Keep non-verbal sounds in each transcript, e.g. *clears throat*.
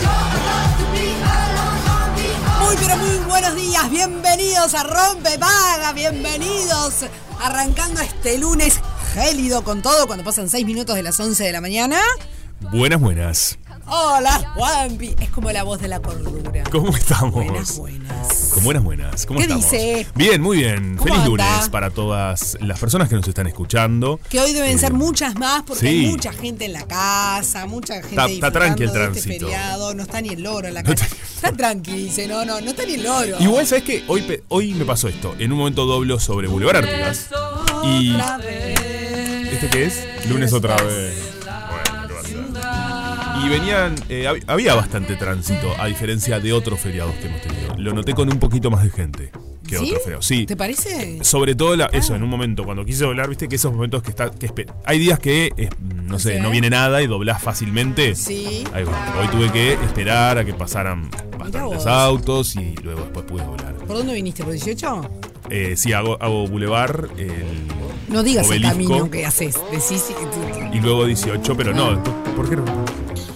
You're about to be alone on the Muy other. pero muy buenos días, bienvenidos a Rompe Paga, bienvenidos arrancando este lunes gélido con todo cuando pasan 6 minutos de las 11 de la mañana. Buenas, buenas. Hola Juanpi, es como la voz de la cordura. ¿Cómo estamos? Buenas, buenas. Con buenas, buenas. ¿Cómo ¿Qué estamos? dice? Bien, muy bien. ¿Cómo Feliz anda? lunes para todas las personas que nos están escuchando. Que hoy deben Eh, ser muchas más porque sí. hay mucha gente en la casa, mucha gente Está- está disfrutando tranqui el de Este tránsito. feriado, no está ni el loro en la No calle. está- Está tranqui, dice, no, no, no está ni el loro. Igual, ¿sabes qué? Hoy, pe- hoy me pasó esto. En un momento doblo sobre Boulevard Artigas. Y. Otra vez. ¿Este qué es? Lunes otra vez. Bueno, ¿qué va a ser? Y venían. eh, hab- había bastante tránsito, a diferencia de otros feriados que hemos tenido. Lo noté con un poquito más de gente que ¿Sí? otros feriados. Sí. ¿Te parece? Sobre todo la- Ah. eso, en un momento, cuando quise doblar, viste que esos momentos que está. Que espe- hay días que, eh, no sé, Sí. no viene nada y doblás fácilmente. Sí. Ahí va. Hoy tuve que esperar a que pasaran vos. bastantes autos y luego después pude doblar. ¿Por dónde viniste? ¿Por 18? Eh, sí, hago, hago Boulevard el No digas obelisco, el camino que haces. Decís. que- Y luego 18, pero no. ¿Por, por qué no?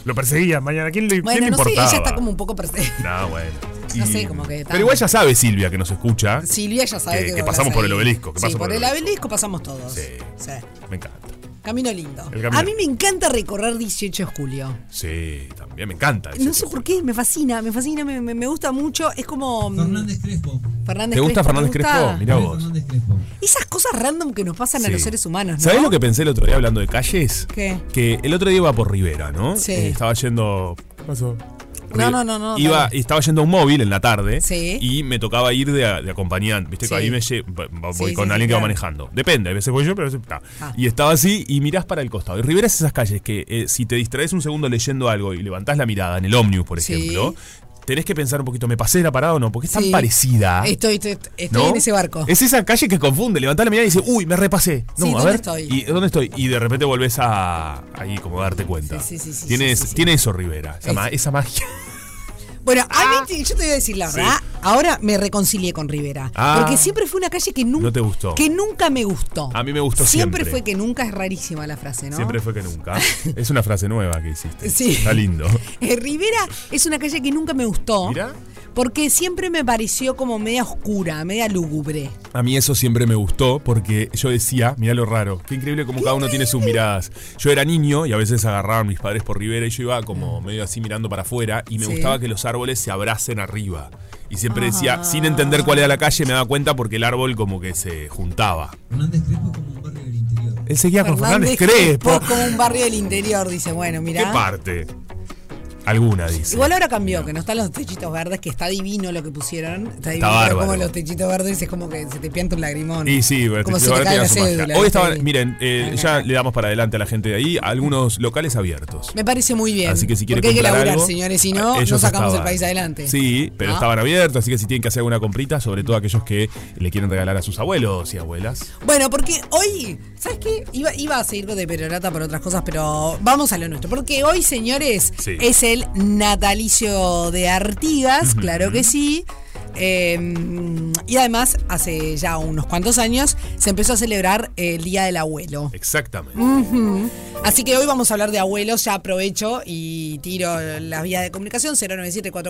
Lo perseguía mañana. ¿Quién le, Ah. quién Bueno, le no sé, importaba? ella está como un poco. perse- No, bueno. *laughs* No sé, como que está- Pero igual ya sabe Silvia que nos escucha. Silvia ya sabe Que- que. que doblas pasamos por el ahí. obelisco, que sí, paso por, el obelisco pasamos todos. Sí. Sí. Me encanta. Camino lindo. El camino. A mí me encanta recorrer 18 de julio. Sí, también me encanta. No sé por qué, me fascina, me fascina, me, me- me gusta mucho. Es como. mm, Fernández Crespo. Fernández ¿Te gusta Crespo, Fernández ¿te gusta? Crespo? Mirá vos. Fernández Crespo. Esas cosas random que nos pasan a los seres humanos, ¿no? ¿Sabés lo que pensé el otro día hablando de calles? ¿Qué? Que el otro día iba por Rivera, ¿no? Sí. Eh, estaba yendo. ¿Qué pasó? No, no, no, no, Iba, dale. estaba yendo a un móvil en la tarde Sí. y me tocaba ir de, de acompañante. Viste Sí. que ahí me lle- va- va- voy Sí, con sí, sí, alguien que claro. va manejando. Depende, a veces voy yo, pero a veces está. Ah. Y estaba así y mirás para el costado. Y Rivera es esas calles que eh, si te distraes un segundo leyendo algo y levantás la mirada en el ómnibus, por Sí. ejemplo, tenés que pensar un poquito, ¿me pasé la parada o no? Porque es tan Sí. parecida. Estoy, estoy, estoy Ah. ¿no? en ese barco. Es esa calle que confunde. Levantá la mirada y dice, uy, me repasé. No, Oh. Sí, a ¿dónde ver. estoy? ¿Y dónde estoy? Y de repente volvés a ahí como darte cuenta. Sí, sí, sí, sí, tiene, sí, es- sí, sí. tiene eso Rivera. Esa, ma- *laughs* esa magia. Bueno, a mí, te- yo te voy a decir la Ah. Sí. verdad, ahora me reconcilié con Rivera. Ah. porque siempre fue una calle que nunca. No te gustó. Que nunca me gustó. A mí me gustó siempre. fue que nunca, es rarísima la *laughs* frase, ¿no? Siempre fue que nunca. Es una frase nueva que hiciste. Sí. Está lindo. Eh, Rivera es una calle que nunca me gustó. Mirá. Porque siempre me pareció como media oscura, media lúgubre. A mí eso siempre me gustó porque yo decía, mirá lo raro, qué increíble como cada uno tiene sus miradas. Yo era niño y a veces agarraban mis padres por Rivera y yo iba como medio así mirando para afuera y me Mm. Sí. gustaba que los árboles se abracen arriba. Y siempre Ah. decía, sin entender cuál era la calle, me daba cuenta porque el árbol como que se juntaba. Fernández Crespo es como un barrio del interior. Él seguía con Fernández Crespo. Como un barrio del interior, dice, bueno, ¿Qué mirá. parte? Alguna, dice. Igual ahora cambió, que no están los techitos verdes, que está divino lo que pusieron. Está divino, pero bárbaro. como los techitos verdes es como que se te pianta un lagrimón. Y sí, bueno, como te- se te ahora cae la tengas un mascar- cédula. Hoy ¿viste? estaban, miren, eh, Ajá. ya le damos para adelante a la gente de ahí algunos locales abiertos. Me parece muy bien. Así que si quieren Porque hay que comprar laburar, algo, señores, si no, ellos no sacamos el estaban. país adelante. Sí, pero ¿No? estaban abiertos, así que si tienen que hacer alguna comprita, sobre todo aquellos que le quieren regalar a sus abuelos y abuelas. Bueno, porque hoy, ¿sabes qué? Iba, iba a seguir de perorata por otras cosas, pero vamos a lo nuestro. Porque hoy, señores, Sí. es el natalicio de Artigas, claro que sí. Eh, y además, hace ya unos cuantos años, se empezó a celebrar el Día del Abuelo. Exactamente. Así que hoy vamos a hablar de abuelos, ya aprovecho y tiro las vías de comunicación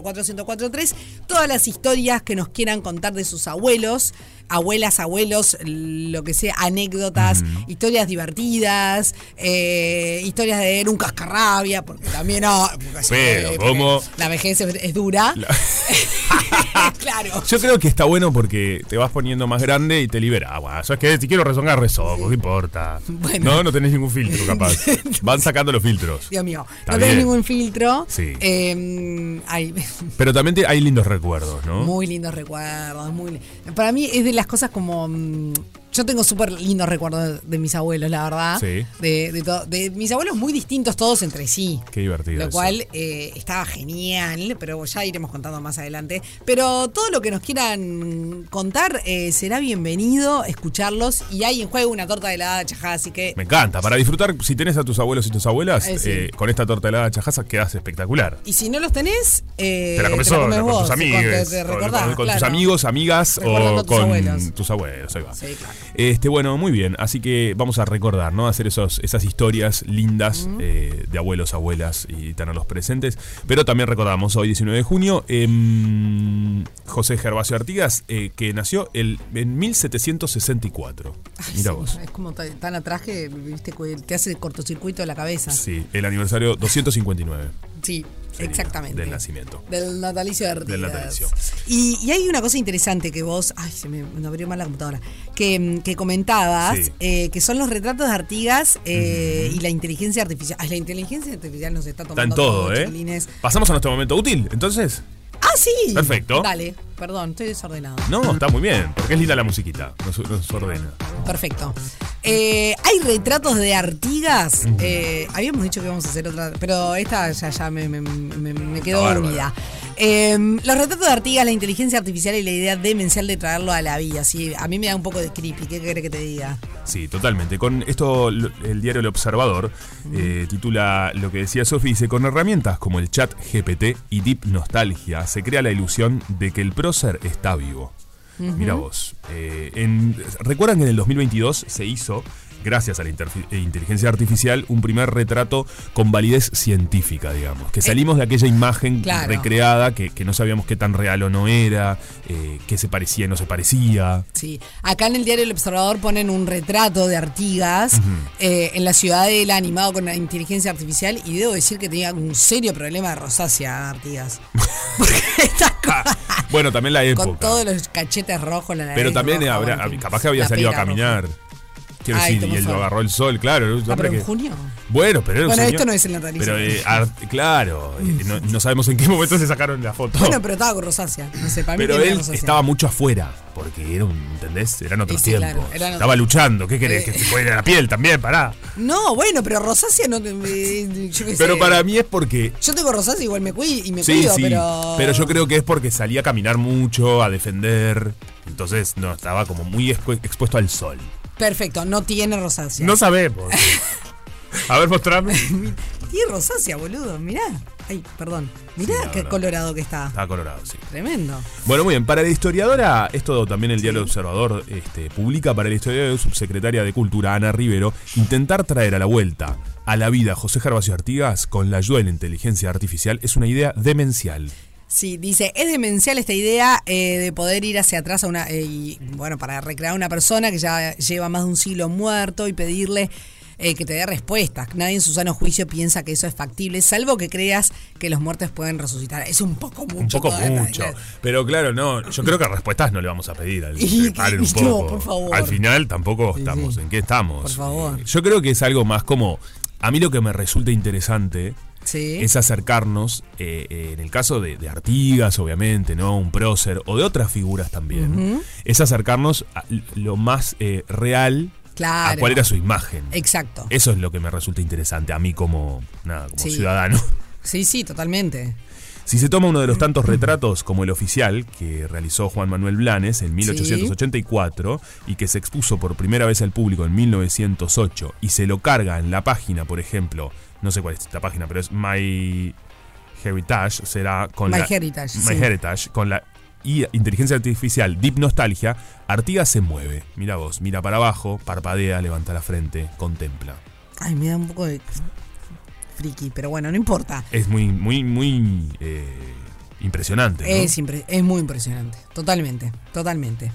097-44143, todas las historias que nos quieran contar de sus abuelos, abuelas, abuelos, lo que sea, anécdotas, historias divertidas, eh, historias de un cascarrabia, porque también... ah, porque- Pero, porque ¿cómo? La vejez es, es dura. claro. Yo creo que está bueno porque te vas poniendo más grande y te libera. Ah, bueno, ¿sabes qué? Si quiero rezongar, rezongo, ¿qué importa? Bueno. No, no tenés ningún filtro, *laughs* capaz. Van sacando los filtros. Dios mío, Está no tenés bien. ningún filtro. Sí. Eh, ay, *laughs* Pero también te- hay lindos recuerdos, ¿no? Muy lindos recuerdos, muy li- Para mí es de las cosas como... mm, yo tengo súper lindos recuerdos de, de mis abuelos, la verdad. Sí. De, de to- de mis abuelos muy distintos todos entre sí. Qué divertido Lo eso. cual eh, estaba genial, pero ya iremos contando más adelante. Pero todo lo que nos quieran contar eh, será bienvenido, escucharlos. Y hay en juego una torta de helada de chajá, así que... Me encanta. Para disfrutar, si tenés a tus abuelos y tus abuelas, Eh, sí. eh, con esta torta helada de chajaza quedas espectacular. Y si no los tenés, eh, Te la comes sola, con vos, tus te- amigos, te con, recordás, con- con tus claro. amigos, amigas Recordando o a tus con abuelos. tus abuelos. ahí va. Sí, claro. Este, bueno, muy bien. Así que vamos a recordar, ¿no? Hacer esos, esas historias lindas eh, de abuelos, abuelas y tenerlos presentes. Pero también recordamos hoy, 19 de junio, em, José Gervasio Artigas, eh, que nació el, en 1764. Ay, Mira sí, vos. Es como ta- tan atrás que viste, que te hace cortocircuito de la cabeza. Sí, Sí, el aniversario 259. sería exactamente. Del nacimiento. Del natalicio de Artigas. Del natalicio. Y, y hay una cosa interesante que vos. Ay, se me, me abrió mal la computadora. Que, mm, que comentabas, Sí. eh, que son los retratos de Artigas eh, y la inteligencia artificial. Ay, la inteligencia artificial nos está Está en tomando todo, ¿eh? chiquilines. Pasamos a nuestro momento útil, entonces. Ah, sí. Perfecto. Dale, perdón, estoy desordenado. No, está muy bien, porque es linda la musiquita, nos, nos ordena. Perfecto. Eh, hay retratos de Artigas. Eh, habíamos dicho que íbamos a hacer otra, pero esta ya, ya me, me, me- me quedó bárbara. dormida. Eh, los retratos de Artigas, la inteligencia artificial y la idea demencial de traerlo a la vida. ¿sí? A mí me da un poco de creepy. ¿Qué querés que te diga? Sí, totalmente. Con esto, lo- el diario El Observador eh, titula lo que decía Sofi, dice, con herramientas como el chat GPT y Deep Nostalgia, se crea la ilusión de que el prócer está vivo. Mira vos. eh, en- Recuerdan que en el 2022 se hizo, gracias a la interfi- eh, inteligencia artificial, un primer retrato con validez científica, digamos. Que salimos de aquella imagen Eh, claro. recreada, que, que no sabíamos qué tan real o no era, eh, qué se parecía y no se parecía. Sí. Acá en el diario El Observador ponen un retrato de Artigas eh, en la ciudadela animado con la inteligencia artificial y debo decir que tenía un serio problema de rosácea Artigas. Porque estas cosas- Bueno, también la época. Ah, Con todos los cachetes rojos, la nariz Pero también eh, roja, habrá, ah, bueno, en fin. capaz que había La salido a pera caminar. roja. Quiero Ay, decir, tomó y él lo sol. agarró el sol, claro. era un Ah, hombre pero en que- junio. Bueno, pero era un Bueno, señor- esto no es el natalicio. Pero, eh, ar- claro, eh, no, no sabemos en qué momento se sacaron la foto. Bueno, pero estaba con rosácea. No sé, para mí pero tenía él rosácea. estaba mucho afuera, porque era un, ¿entendés? Eran otros sí, tiempos. claro, eran estaba otros- luchando, ¿qué querés? Que se fuera la piel también, pará. No, bueno, pero rosácea no te. eh, Yo qué Pero sé. para mí es porque Yo tengo rosácea igual me cuido y me Sí, cuido, sí. pero. yo creo que es porque salía a caminar mucho, a defender. Entonces, no, estaba como muy expu- expuesto al sol. Perfecto, no tiene rosácea. No *laughs* sabemos. A ver, mostrame. Tiene rosácea, boludo, mirá. Ay, perdón. Mirá Sí, la qué verdad. colorado que está. Estaba colorado, sí. Tremendo. Bueno, muy bien. Para la historiadora, esto también el diario Observador este, publica para la historiadora subsecretaria de Cultura, Ana Rivero, intentar traer a la vuelta a la vida a José Gervasio Artigas con la ayuda de la inteligencia artificial es una idea demencial. Sí, dice, es demencial esta idea eh, de poder ir hacia atrás a una, eh, y, bueno, para recrear a una persona que ya lleva más de un siglo muerto y pedirle eh, que te dé respuestas. Nadie en su sano juicio piensa que eso es factible, salvo que creas que los muertos pueden resucitar. Es un poco ¿eh? mucho. Un poco todavía, mucho. claro. Pero claro, no, yo creo que respuestas no le vamos a pedir al Y- que paren un no, poco. por favor. Al final tampoco estamos. sí. ¿En qué estamos? Por favor. Eh, Yo creo que es algo más como. A mí lo que me resulta interesante Sí. es acercarnos, eh, eh, en el caso de, de Artigas, obviamente, ¿no? Un prócer o de otras figuras también, es acercarnos a lo más eh, real Claro. a cuál era su imagen. Exacto. Eso es lo que me resulta interesante a mí como, nada, como Sí. ciudadano. Sí, sí, totalmente. Si se toma uno de los tantos retratos como el oficial que realizó Juan Manuel Blanes en 1884 y que se expuso por primera vez al público en 1908 y se lo carga en la página, por ejemplo, no sé cuál es esta página, pero es My Heritage, será con My la Heritage, My sí. Heritage, con la I- inteligencia artificial Deep Nostalgia, Artigas se mueve. Mira vos, mira para abajo, parpadea, levanta la frente, contempla. Ay, me da un poco de friki, pero bueno, no importa. Es muy, muy, muy eh, impresionante. ¿no? Es, impre- es muy impresionante, totalmente, totalmente.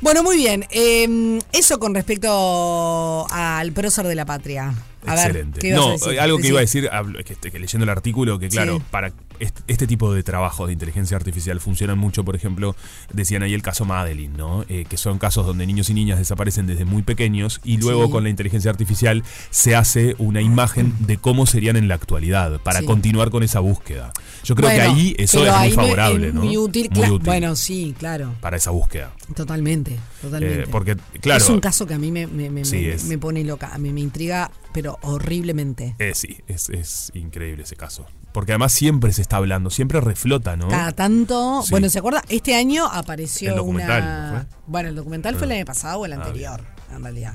Bueno, muy bien. eh, eso con respecto al prócer de la patria. A Excelente. ver, ¿qué ibas no, a decir? eh, algo que Decí. iba a decir, hablo- que, este- que leyendo el artículo, que claro, Sí. para est- este tipo de trabajos de inteligencia artificial funcionan mucho, por ejemplo, decían ahí el caso Madeline, ¿no? Eh, que son casos donde niños y niñas desaparecen desde muy pequeños y luego Sí. con la inteligencia artificial se hace una imagen de cómo serían en la actualidad para Sí. continuar con esa búsqueda. Yo creo que Bueno, ahí eso pero es muy ahí me- favorable, es ¿no? Muy útil, Muy cla- útil Bueno, sí, claro. para esa búsqueda. Totalmente, totalmente. Eh, porque, claro, Es un caso que a mí me, me- me- Sí, me- es. me pone loca, a mí me intriga, pero horriblemente. eh, sí, es, es increíble ese caso. Porque además siempre se está hablando, siempre reflota, ¿no? Cada tanto. Sí. Bueno, ¿se acuerda? Este año apareció El documental, una. ¿no fue? Bueno, el documental fue el Ah. año pasado o el Ah, anterior, en realidad.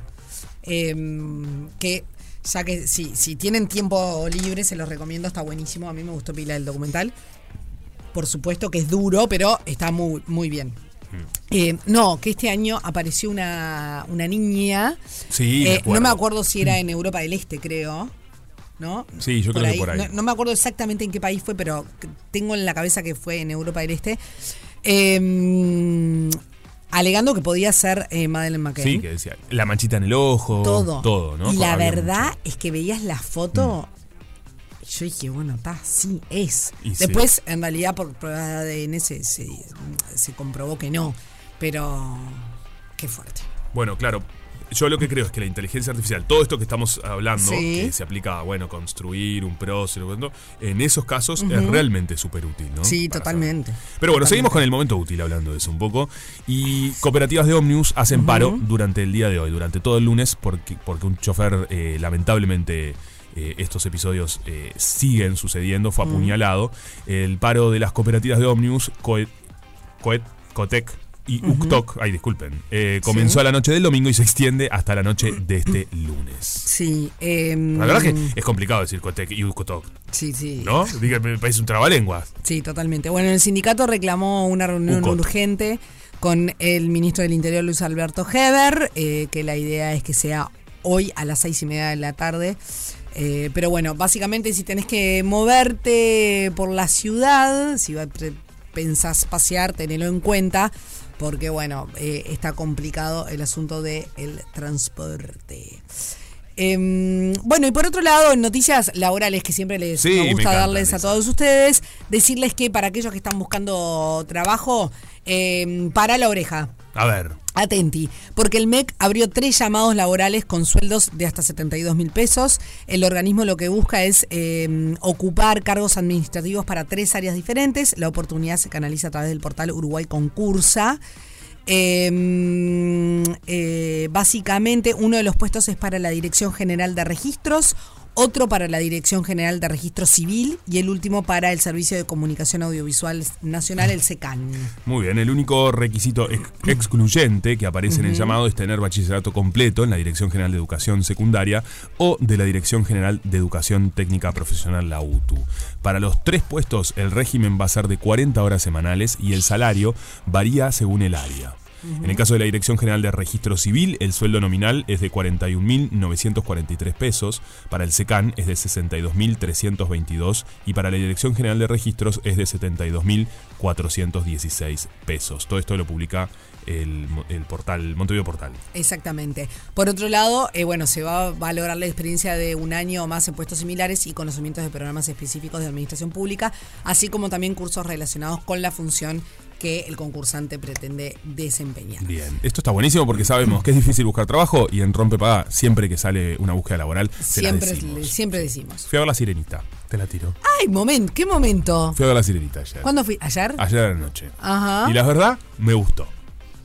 Em, que ya que sí, si tienen tiempo libre, se los recomiendo, está buenísimo. A mí me gustó pila el documental. Por supuesto que es duro, pero está muy, muy bien. Mm. Eh, no, que este año apareció una, una niña. Sí, me Eh, no me acuerdo. Mm. acuerdo si era en Europa del Este, creo. ¿No? Sí, yo creo que por ahí. No, no me acuerdo exactamente en qué país fue, pero c- tengo en la cabeza que fue en Europa del Este. Eh, alegando que podía ser eh, Madeleine McCain. Sí, que decía la manchita en el ojo, todo. todo, ¿no? Y la Había verdad mucho. Mm. es que veías la foto. Yo dije, bueno, está, sí, es. Y sí. Después, en realidad, por pruebas de ADN se, se, se comprobó que no. Pero qué fuerte. Bueno, claro. Yo lo que creo es que la inteligencia artificial, todo esto que estamos hablando, Sí. que se aplica a, bueno, construir un prócer, bueno, en esos casos es realmente súper útil, ¿no? Sí, Para totalmente. saber. Pero bueno, seguimos con el momento útil hablando de eso un poco. Y cooperativas de ómnibus hacen paro durante el día de hoy, durante todo el lunes, porque, porque un chofer, eh, lamentablemente, eh, estos episodios eh, siguen sucediendo, fue apuñalado. El paro de las cooperativas de ómnibus coe- Coet, Cotec y UCTOC, ay disculpen, eh, comenzó a la noche del domingo y se extiende hasta la noche de este lunes. Sí. eh, La verdad es que es complicado decir Cotec y UCTOC, Sí, sí. ¿no? Díganme, me parece un trabalenguas. Sí, totalmente. Bueno, el sindicato reclamó una reunión UCOT. urgente con el ministro del Interior, Luis Alberto Heber, eh, que la idea es que sea hoy a las seis y media de la tarde. Eh, pero bueno, básicamente si tenés que moverte por la ciudad, si va- pre- pensás pasear, tenelo en cuenta, porque bueno, eh, está complicado el asunto del transporte. Em, bueno, y por otro lado, en noticias laborales que siempre les Sí, me me gusta encantan darles a esas. todos ustedes, decirles que para aquellos que están buscando trabajo, em, para la oreja. A ver, Atenti, porque el MEC abrió tres llamados laborales con sueldos de hasta 72 mil pesos. El organismo lo que busca es eh, ocupar cargos administrativos para tres áreas diferentes. La oportunidad se canaliza a través del portal Uruguay Concursa. Eh, eh, básicamente, uno de los puestos es para la Dirección General de Registros, otro para la Dirección General de Registro Civil y el último para el Servicio de Comunicación Audiovisual Nacional, el SECAN. muy bien, el único requisito ex- excluyente que aparece en el llamado es tener bachillerato completo en la Dirección General de Educación Secundaria o de la Dirección General de Educación Técnica Profesional, la UTU. Para los tres puestos, el régimen va a ser de 40 horas semanales y el salario varía según el área. En el caso de la Dirección General de Registro Civil, el sueldo nominal es de 41.943 pesos, para el SECAN es de 62.322 y para la Dirección General de Registros es de 72.416 pesos. Todo esto lo publica el, mo- el portal, Montevideo Portal. Exactamente. Por otro lado, eh, bueno, se va a valorar la experiencia de un año o más en puestos similares y conocimientos de programas específicos de administración pública, así como también cursos relacionados con la función que el concursante pretende desempeñar. Bien, esto está buenísimo porque sabemos que es difícil buscar trabajo y en Rompepaga siempre que sale una búsqueda laboral se las Siempre, decimos. siempre decimos. Fui a ver La Sirenita. Te Te la tiro. Ay, momento, qué momento. Fui a ver la sirenita ayer. ¿Cuándo fui? ¿Ayer? Ayer a la noche. Ajá. Y la verdad, me gustó.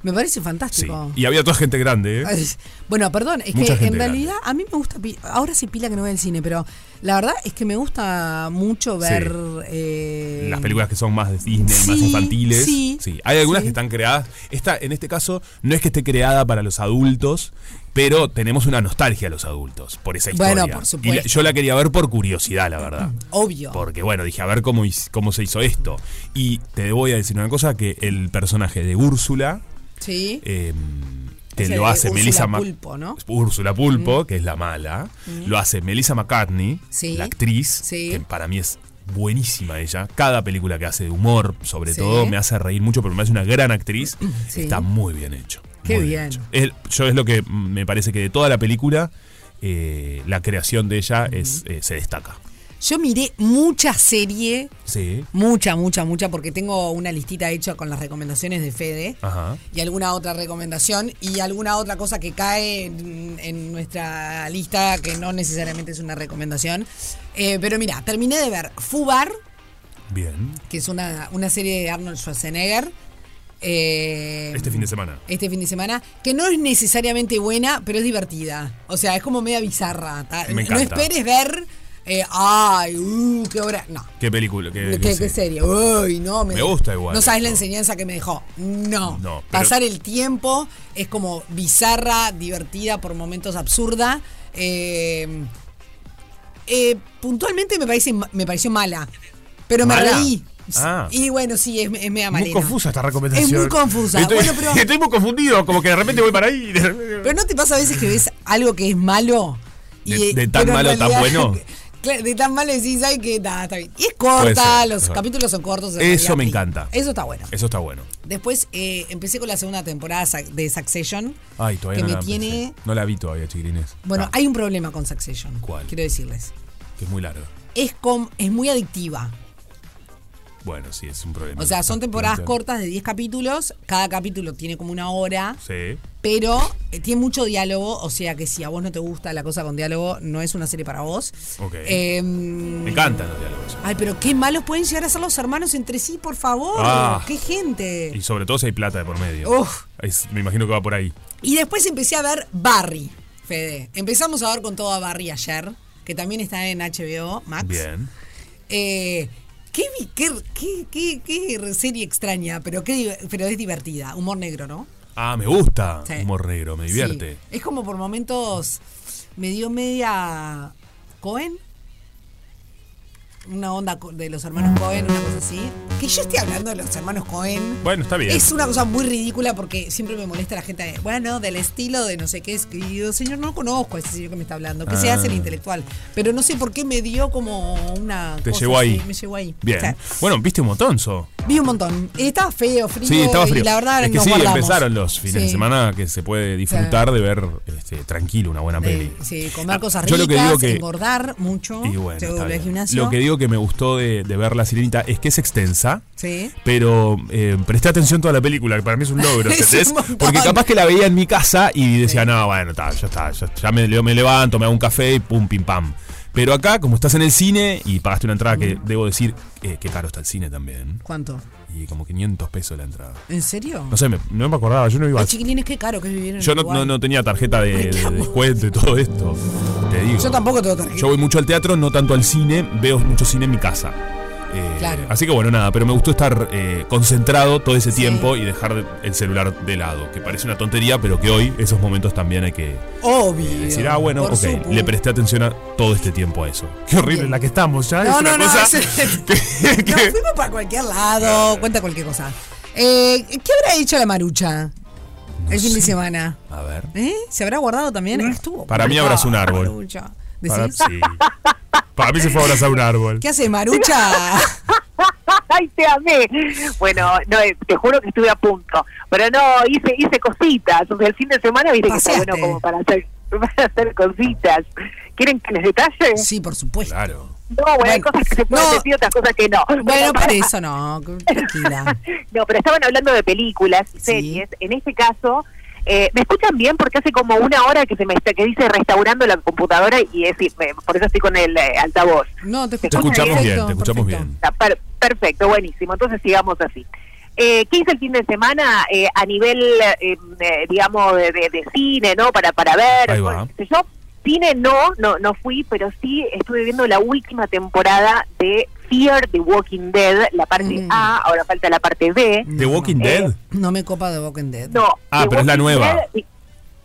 Me parece Sí. fantástico. Y había toda gente grande, ¿eh? Ay, Bueno, perdón, es que Mucha en gente realidad a mí me gusta, pi- ahora sí pila que no voy al cine, pero la verdad es que me gusta mucho ver... eh, Las películas que son más de Disney, Sí, más infantiles. sí, Hay algunas sí. que están creadas. Esta, en este caso, no es que esté creada para los adultos, pero tenemos una nostalgia a los adultos por esa historia. Bueno, por supuesto. Y la- yo la quería ver por curiosidad, la verdad. eh, Obvio. Porque bueno, dije, a ver cómo, his- cómo se hizo esto. Y te voy a decir una cosa, que el personaje de Úrsula, Sí. eh, que Es el lo de hace Úrsula Melissa Ma- Pulpo, ¿no? Úrsula Pulpo, que es la mala, lo hace Melissa McCartney, Sí. la actriz, Sí. que para mí es buenísima ella. Cada película que hace de humor, sobre Sí. todo, me hace reír mucho, pero me hace una gran actriz. *clears throat* Sí. Está muy bien hecho. Qué muy bien. hecho. El- yo es lo que me parece que de toda la película, eh, la creación de ella es, eh, se destaca. Yo miré mucha serie, Sí. mucha, mucha, mucha, porque tengo una listita hecha con las recomendaciones de Fede. Ajá. Y alguna otra recomendación y alguna otra cosa que cae en, en nuestra lista que no necesariamente es una recomendación. Eh, pero mira, terminé de ver Fubar, Bien. que es una, una serie de Arnold Schwarzenegger. eh, Este fin de semana. este fin de semana, que no es necesariamente buena, pero es divertida. O sea, es como media bizarra. ta- Me no encanta. esperes ver, eh, ay, uh, qué hora. No. ¿Qué película? ¿Qué, ¿Qué, qué qué Eh, sé? serie? Uy, no, Me gusta igual No sabes la eso. enseñanza que me dejó. No. No, pero- Pasar el tiempo es como bizarra, divertida, por momentos absurda. Eh, eh, puntualmente me, parece, me pareció mala, pero me ¿Mala? reí. Ah. Y bueno, sí, es, es media Muy malena. confusa esta recomendación. Es muy confusa. Estoy, Bueno, pero- *laughs* estoy muy confundido, como que de repente voy para ahí. y de repente- Pero no te pasa a veces que ves algo que es malo. De- eh, de tan pero en malo, *laughs* tan bueno. Claro, de tan malo decís, ay, que nada, está bien. Y es Puede corta, ser, los es capítulos son cortos. en Eso realidad, me y- encanta. Eso está bueno. Eso está bueno. Después eh, empecé con la segunda temporada sa- de Succession. Ay, todavía que no me la empecé. tiene. No la vi todavía, chiquilines. Bueno, Ah, hay un problema con Succession. ¿Cuál? Quiero decirles. Que es muy largo. Es, com- es muy adictiva. Bueno, sí, es un problema. O sea, son temporadas Sí. cortas de 10 capítulos. Cada capítulo tiene como una hora. Sí. pero eh, tiene mucho diálogo, o sea que si a vos no te gusta la cosa con diálogo, no es una serie para vos. Ok. Eh, Me encantan los diálogos. ay, pero qué malos pueden llegar a ser los hermanos entre sí, por favor. Ah. Qué gente. Y sobre todo si hay plata de por medio. Uf. Es- me imagino que va por ahí. Y después empecé a ver Barry, Fede. Empezamos a ver con todo a Barry ayer, que también está en HBO Max. Bien. Eh, qué, vi- qué, qué- qué- qué serie extraña, pero, qué, di- pero es divertida. Humor negro, ¿no? Ah, me gusta. Sí. Humor negro, me divierte. Sí. Es como por momentos me dio media Cohen. Una onda co- de los hermanos Cohen, una cosa así. Que yo esté hablando de los hermanos Cohen. Bueno, está bien. Es una cosa muy ridícula porque siempre me molesta la gente. de, Bueno, del estilo de no sé qué es. que yo, señor, no conozco a ese señor que me está hablando. Que se Ah. hace el intelectual. Pero no sé por qué me dio como una. Te cosa llevó así, ahí. Me llevó ahí. Bien. O sea, Bueno, viste un montón, So. vi un montón. Estaba feo, frío. Sí, estaba frío. Y la verdad, es que nos sí, guardamos. empezaron los fines de Sí. semana que se puede disfrutar de ver este, tranquilo una buena peli. Ah, Eh, sí, comer cosas ricas, Yo lo que digo que- engordar mucho. Y bueno, se está volvió al bien. gimnasio. Lo que digo que me gustó de, de ver La Sirenita es que es extensa. Sí. Pero eh, presté atención toda la película, que para mí es un *laughs* logro, Es ¿entendés? un montón. Porque capaz que la veía en mi casa y decía, no, bueno, ta, ya está, ya, ya me, yo me levanto, me hago un café y pum, pim, pam. Pero acá, como estás en el cine y pagaste una entrada Mm. que, debo decir, eh, que caro está el cine también. ¿Cuánto? Y como 500 pesos la entrada. ¿En serio? No sé, me- no me acordaba, yo no iba Ay, a... chiquilines, qué caro que vivieron. Yo no, no- no tenía tarjeta de, de descuento y todo esto. Te digo. Yo tampoco tengo tarjeta. Yo voy mucho al teatro, no tanto al cine, veo mucho cine en mi casa. Eh, Claro. Así que bueno, nada, pero me gustó estar eh, concentrado todo ese tiempo y dejar de- el celular de lado, que parece una tontería, pero que hoy esos momentos también hay que Obvio. decir, ah, bueno, Por ok, supuesto. le presté atención a todo este tiempo a eso. Qué horrible Bien. en la que estamos, ya es No, una no, no. cosa es- *laughs* que- *laughs* No, que- fuimos para cualquier lado. Cuenta cualquier cosa. Eh, ¿Qué habrá hecho la marucha No el fin de sé. semana? A ver. ¿Eh? ¿Se habrá guardado también? Estuvo Para mí guardada abrazó un la árbol. Marucha. Para, ¿Decís? "Ah, sí. Para mí se fue a abrazar un árbol. ¿Qué hace Marucha? *laughs* Ay, te amé. Bueno, no, eh, te juro que estuve a punto. Pero no, hice hice cositas. O sea, el fin de semana viste que está Paseaste. bueno como para hacer, *laughs* para hacer cositas. ¿Quieren que les detalle? sí, por supuesto. Claro. No, bueno, hay Bueno, cosas que se pueden no. decir, otras cosas que no. Bueno, *laughs* por eso no. Tranquila. no, pero estaban hablando de películas y Sí. series. En este caso, Eh, ¿Me escuchan bien? Porque hace como una hora que se me está, que dice restaurando la computadora y es, y me- por eso estoy con el eh, altavoz. No, te, Te escuchas escuchamos bien, perfecto, te escuchamos perfecto. bien. Está per- perfecto, buenísimo. Entonces sigamos así. Eh, ¿Qué hice el fin de semana eh, a nivel, eh, eh, digamos, de, de- de cine, no? Para para ver. Ahí va. bueno, qué sé yo cine no, no, no fui, pero sí estuve viendo la última temporada de Fear the Walking Dead, la parte A. Ahora falta la parte B. ¿The Walking Dead? No me copa de Walking Dead. No. Ah, The pero es la Walking nueva. Dead, di-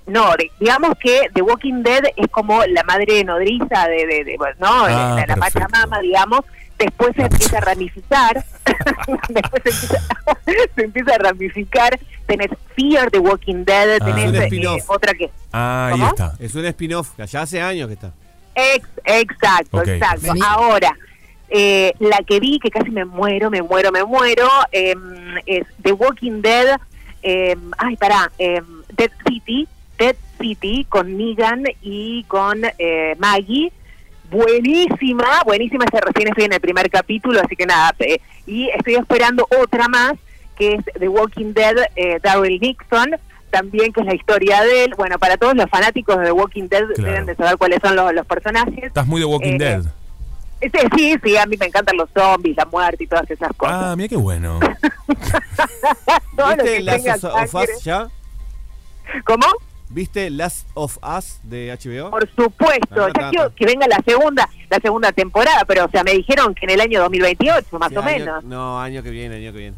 no, de- digamos que The Walking Dead es como la madre nodriza de, de, de- bueno, ¿no? Ah, la, la perfecto. Pachamama, digamos. Después se La empieza a Pachamama. ramificar. *laughs* Después se empieza, *laughs* se empieza a ramificar. Tenés Fear The Walking Dead, Ah. tenés Un eh, spin-off. otra que... Ah, ahí ¿Cómo? está. Es un spin-off, que ya hace años que está. Ex- exacto, Ok. exacto. Vení. Ahora, eh, la que vi, que casi me muero, me muero, me muero, eh, es The Walking Dead, eh, ay, pará, eh, Dead City, Dead City con Negan y con eh, Maggie. Buenísima, buenísima, esa recién estoy en el primer capítulo, así que nada, eh, y estoy esperando otra más, que es The Walking Dead, eh, Daryl Nixon, también que es la historia de él. Bueno, para todos los fanáticos de The Walking Dead Claro. deben de saber cuáles son los, los personajes. Estás muy de Walking Eh, Dead. Este, sí, sí, a mí me encantan los zombies, la muerte y todas esas Ah, cosas. *laughs* mira qué bueno. Todo lo ¿Viste que Last tenga of, of sangre. Us ya? ¿Cómo? ¿Viste Last of Us de HBO? Por supuesto, Ah, ya ta, quiero ta. que venga la segunda, la segunda temporada, pero o sea, me dijeron que en el año 2028, más Sí, o año- menos. No, año que viene, año que viene.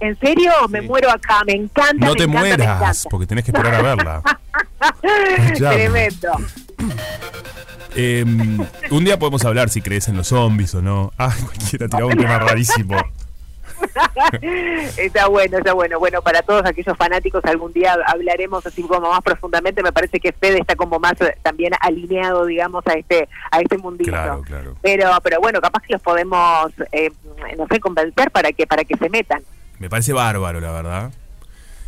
¿En serio? Me Sí. muero acá, me encanta. No me te encanta, me mueras, encanta. porque tenés que esperar a verla. *laughs* Ya. Tremendo. *laughs* Eh, un día podemos hablar si crees en los zombies o no. Ah, cualquiera tiraba un tema rarísimo. Está bueno, está bueno. Bueno, para todos aquellos fanáticos, algún día hablaremos así como más profundamente. Me parece que Fede está como más eh, también alineado, digamos, a este a este mundito. Claro, claro. Pero, pero bueno, capaz que los podemos, eh, no sé, convencer para que para que se metan. Me parece bárbaro, la verdad.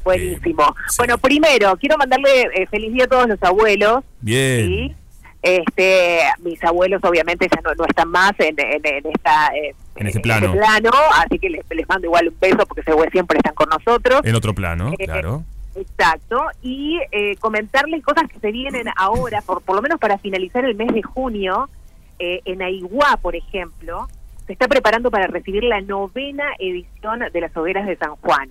Buenísimo. Eh, sí. Bueno, primero, quiero mandarle eh, feliz día a todos los abuelos. Bien. ¿sí? Este, mis abuelos obviamente ya no, no están más en, en- en esta, eh, En este plano. plano, así que les, les mando igual un beso porque seguro siempre están con nosotros. En otro plano, Eh, claro. Exacto, y eh, comentarles cosas que se vienen ahora, por, por lo menos para finalizar el mes de junio, eh, en Aiguá, por ejemplo, se está preparando para recibir la novena edición de las hogueras de San Juan.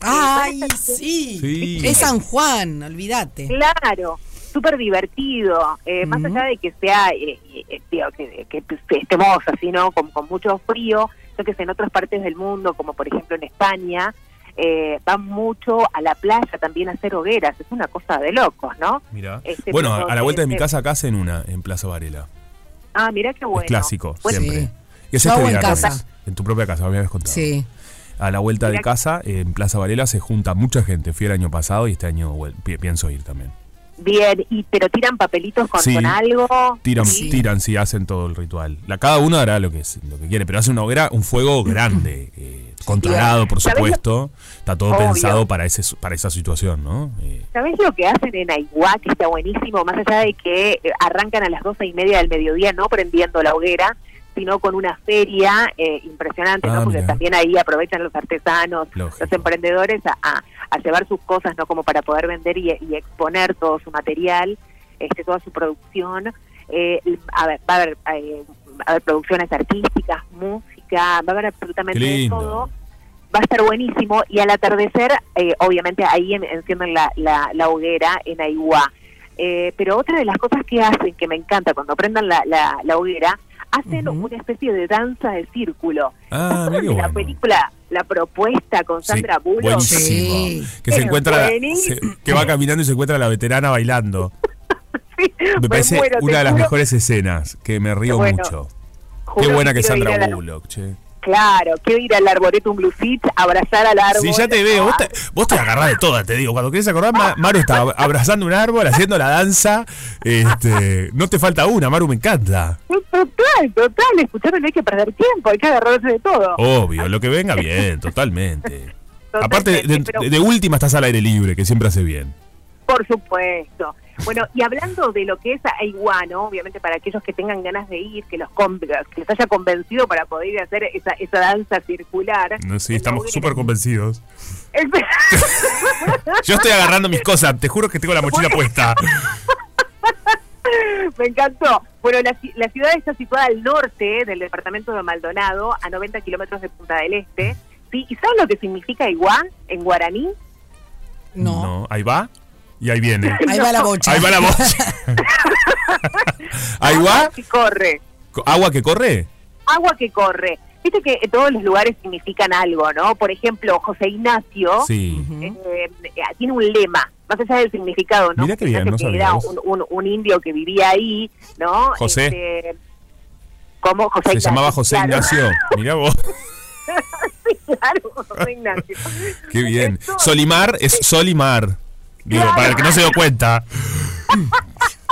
Ay, sí. Sí. Es San Juan, olvídate. Claro, súper divertido. eh, Más allá de que sea, eh, eh, digo, que, que estemos así, ¿no? Con, con mucho frío, creo que es en otras partes del mundo, como por ejemplo en España, eh, van mucho a la playa también a hacer hogueras. Es una cosa de locos, ¿no? Mira. Este, bueno, pero a la vuelta de este- mi casa, acá hacen una en Plaza Varela. Ah, mira qué bueno. es clásico, Bueno, siempre. Sí. Y es Yo este hago en viernes. casa. En tu propia casa, me habías contado. Sí. A la vuelta de Mirá. casa, en Plaza Varela, se junta mucha gente. Fui el año pasado y este año bueno, pi- pienso ir también. Bien, y pero tiran papelitos con, Sí. con algo. Tiran, Sí. tiran, sí, hacen todo el ritual. La, cada uno hará lo que, es- lo que quiere, pero hace una hoguera, un fuego grande, eh, controlado, por ¿Sabés lo- supuesto. Está todo Obvio. pensado para, ese, su- para esa situación, ¿no? Eh, ¿Sabés lo que hacen en Aiguá, que está buenísimo? Más allá de que eh, arrancan a las doce y media del mediodía, no prendiendo la hoguera, sino con una feria eh, impresionante, Ah, ¿no? Porque mirá. también ahí aprovechan los artesanos, Lógico. los emprendedores a, a- a llevar sus cosas, ¿no? Como para poder vender y, y exponer todo su material, este toda su producción. Eh, a ver, va a haber, eh, va a haber producciones artísticas, música, va a haber absolutamente Qué de lindo. todo va a estar buenísimo y al atardecer, eh, obviamente ahí en- encienden la, la, la hoguera en Aiguá. Eh, pero otra de las cosas que hacen, que me encanta cuando prendan la, la, la hoguera, hacen una especie de danza de círculo. Ah, mira qué la bueno. película La Propuesta con sí, Sandra Bullock. buenísimo. Sí. Que se Pero encuentra, la- buenísimo. se- *laughs* que va caminando y se encuentra a la veterana bailando. Sí, Me, parece muero, te una de las juro, mejores escenas, que me río Bueno, mucho. juro Qué buena que es quiero ir Sandra a la- Bullock, che. Claro, quiero ir al arboretum Blue Seats, abrazar al árbol. Sí, ya te veo. Vos te, vos te agarrás de todas, te digo. Cuando querés *laughs* acordar, Ma- Maru está ab- abrazando un árbol, haciendo la danza. Este, no te falta una, Maru, me encanta. Sí, Ah, Total, total, escucharon, no hay que perder tiempo, hay que agarrarse de todo. Obvio, lo que venga bien, totalmente. Totalmente, Aparte, de, pero- de última estás al aire libre, que siempre hace bien. Por supuesto. Bueno, y hablando de lo que es a Iguano, obviamente para aquellos que tengan ganas de ir, que los con- que les haya convencido para poder ir a hacer esa, esa danza circular. No, sí, en estamos Boguer. súper convencidos. El- *laughs* Yo estoy agarrando mis cosas, te juro que tengo la mochila puesta. Me encantó. Bueno, la, ci- la ciudad está situada al norte del departamento de Maldonado, a 90 kilómetros de Punta del Este. ¿Sí? ¿Y saben lo que significa Iguá en guaraní? No. ahí va y ahí viene. Ahí va la bocha. Ahí va la voz. ahí va. Que corre. co- Agua que corre. Agua que corre. Viste que todos los lugares significan algo, ¿no? Por ejemplo, José Ignacio Sí. eh, eh, tiene un lema, más allá del significado, ¿no? Mirá qué bien, Fíjate no que sabía era eso. un, un- un indio que vivía ahí, ¿no? José. Este, *laughs* ¿Cómo? José Se Ignacio, llamaba José claro. Ignacio. Mirá vos. sí, claro, José *laughs* Ignacio. Qué bien. Esto- Solimar es Solimar. Digo, Claro. para el que no se dio *laughs* cuenta.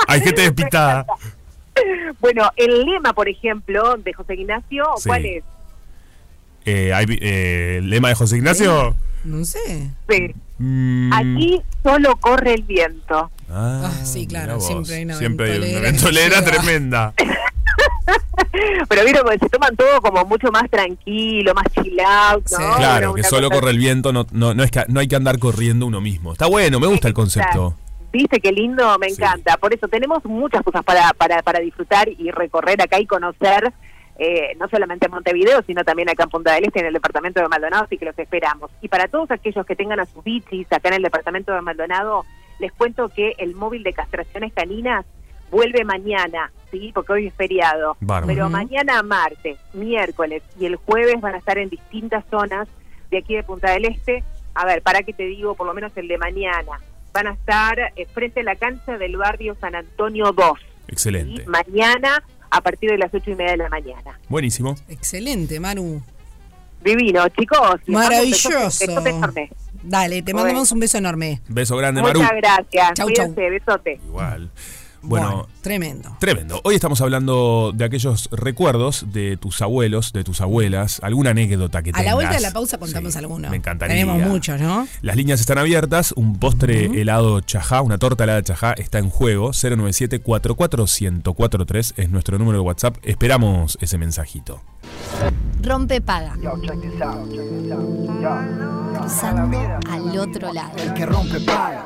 Hay gente despistada. Bueno, el lema, por ejemplo, de José Ignacio, Sí. ¿cuál es? Eh, ahí vi- eh, el lema de José Ignacio. No sé. Sí. Mm, Aquí solo corre el viento. ah, Ah, sí, claro, mirá vos. siempre hay una Siempre hay una ventolera *laughs* que ventolera llega. *laughs* tremenda. Pero vieron, que se toman todo como mucho más tranquilo, más chill out, ¿no? Sí. Claro, Una- que una solo cosa corre el viento, no, no, no es que, no hay que andar corriendo uno mismo. Está bueno, me gusta el concepto. ¿Viste qué lindo? Me Sí. encanta. Por eso tenemos muchas cosas para, para, para disfrutar y recorrer acá y conocer, eh, no solamente en Montevideo, sino también acá en Punta del Este, en el departamento de Maldonado, así que los esperamos. Y para todos aquellos que tengan a sus bichis acá en el departamento de Maldonado, les cuento que el móvil de castraciones caninas vuelve mañana, ¿sí? Porque hoy es feriado. Bárbaro. Pero Ujú. mañana martes, miércoles y el jueves van a estar en distintas zonas de aquí de Punta del Este. A ver, para que te digo, por lo menos el de mañana. Van a estar eh, frente a la cancha del barrio San Antonio 2. Y Excelente. mañana a partir de las ocho y media de la mañana. Buenísimo. Excelente, Manu. Divino, chicos. Les mando un beso- Maravilloso. besote enorme. Dale, te mandamos un beso enorme. Beso grande, Muchas Maru. gracias. Chau, chau. Cuídense, besote. Igual. Bueno, tremendo. tremendo. Hoy estamos hablando de aquellos recuerdos de tus abuelos, de tus abuelas, alguna anécdota que A tengas. la vuelta de la pausa contamos Sí, alguno. Me encantaría. Tenemos muchos, ¿no? Las líneas están abiertas, un postre helado chajá, una torta helada chajá está en juego. 097 1043 es nuestro número de WhatsApp. Esperamos ese mensajito. Rompe paga. Cruzando al otro lado.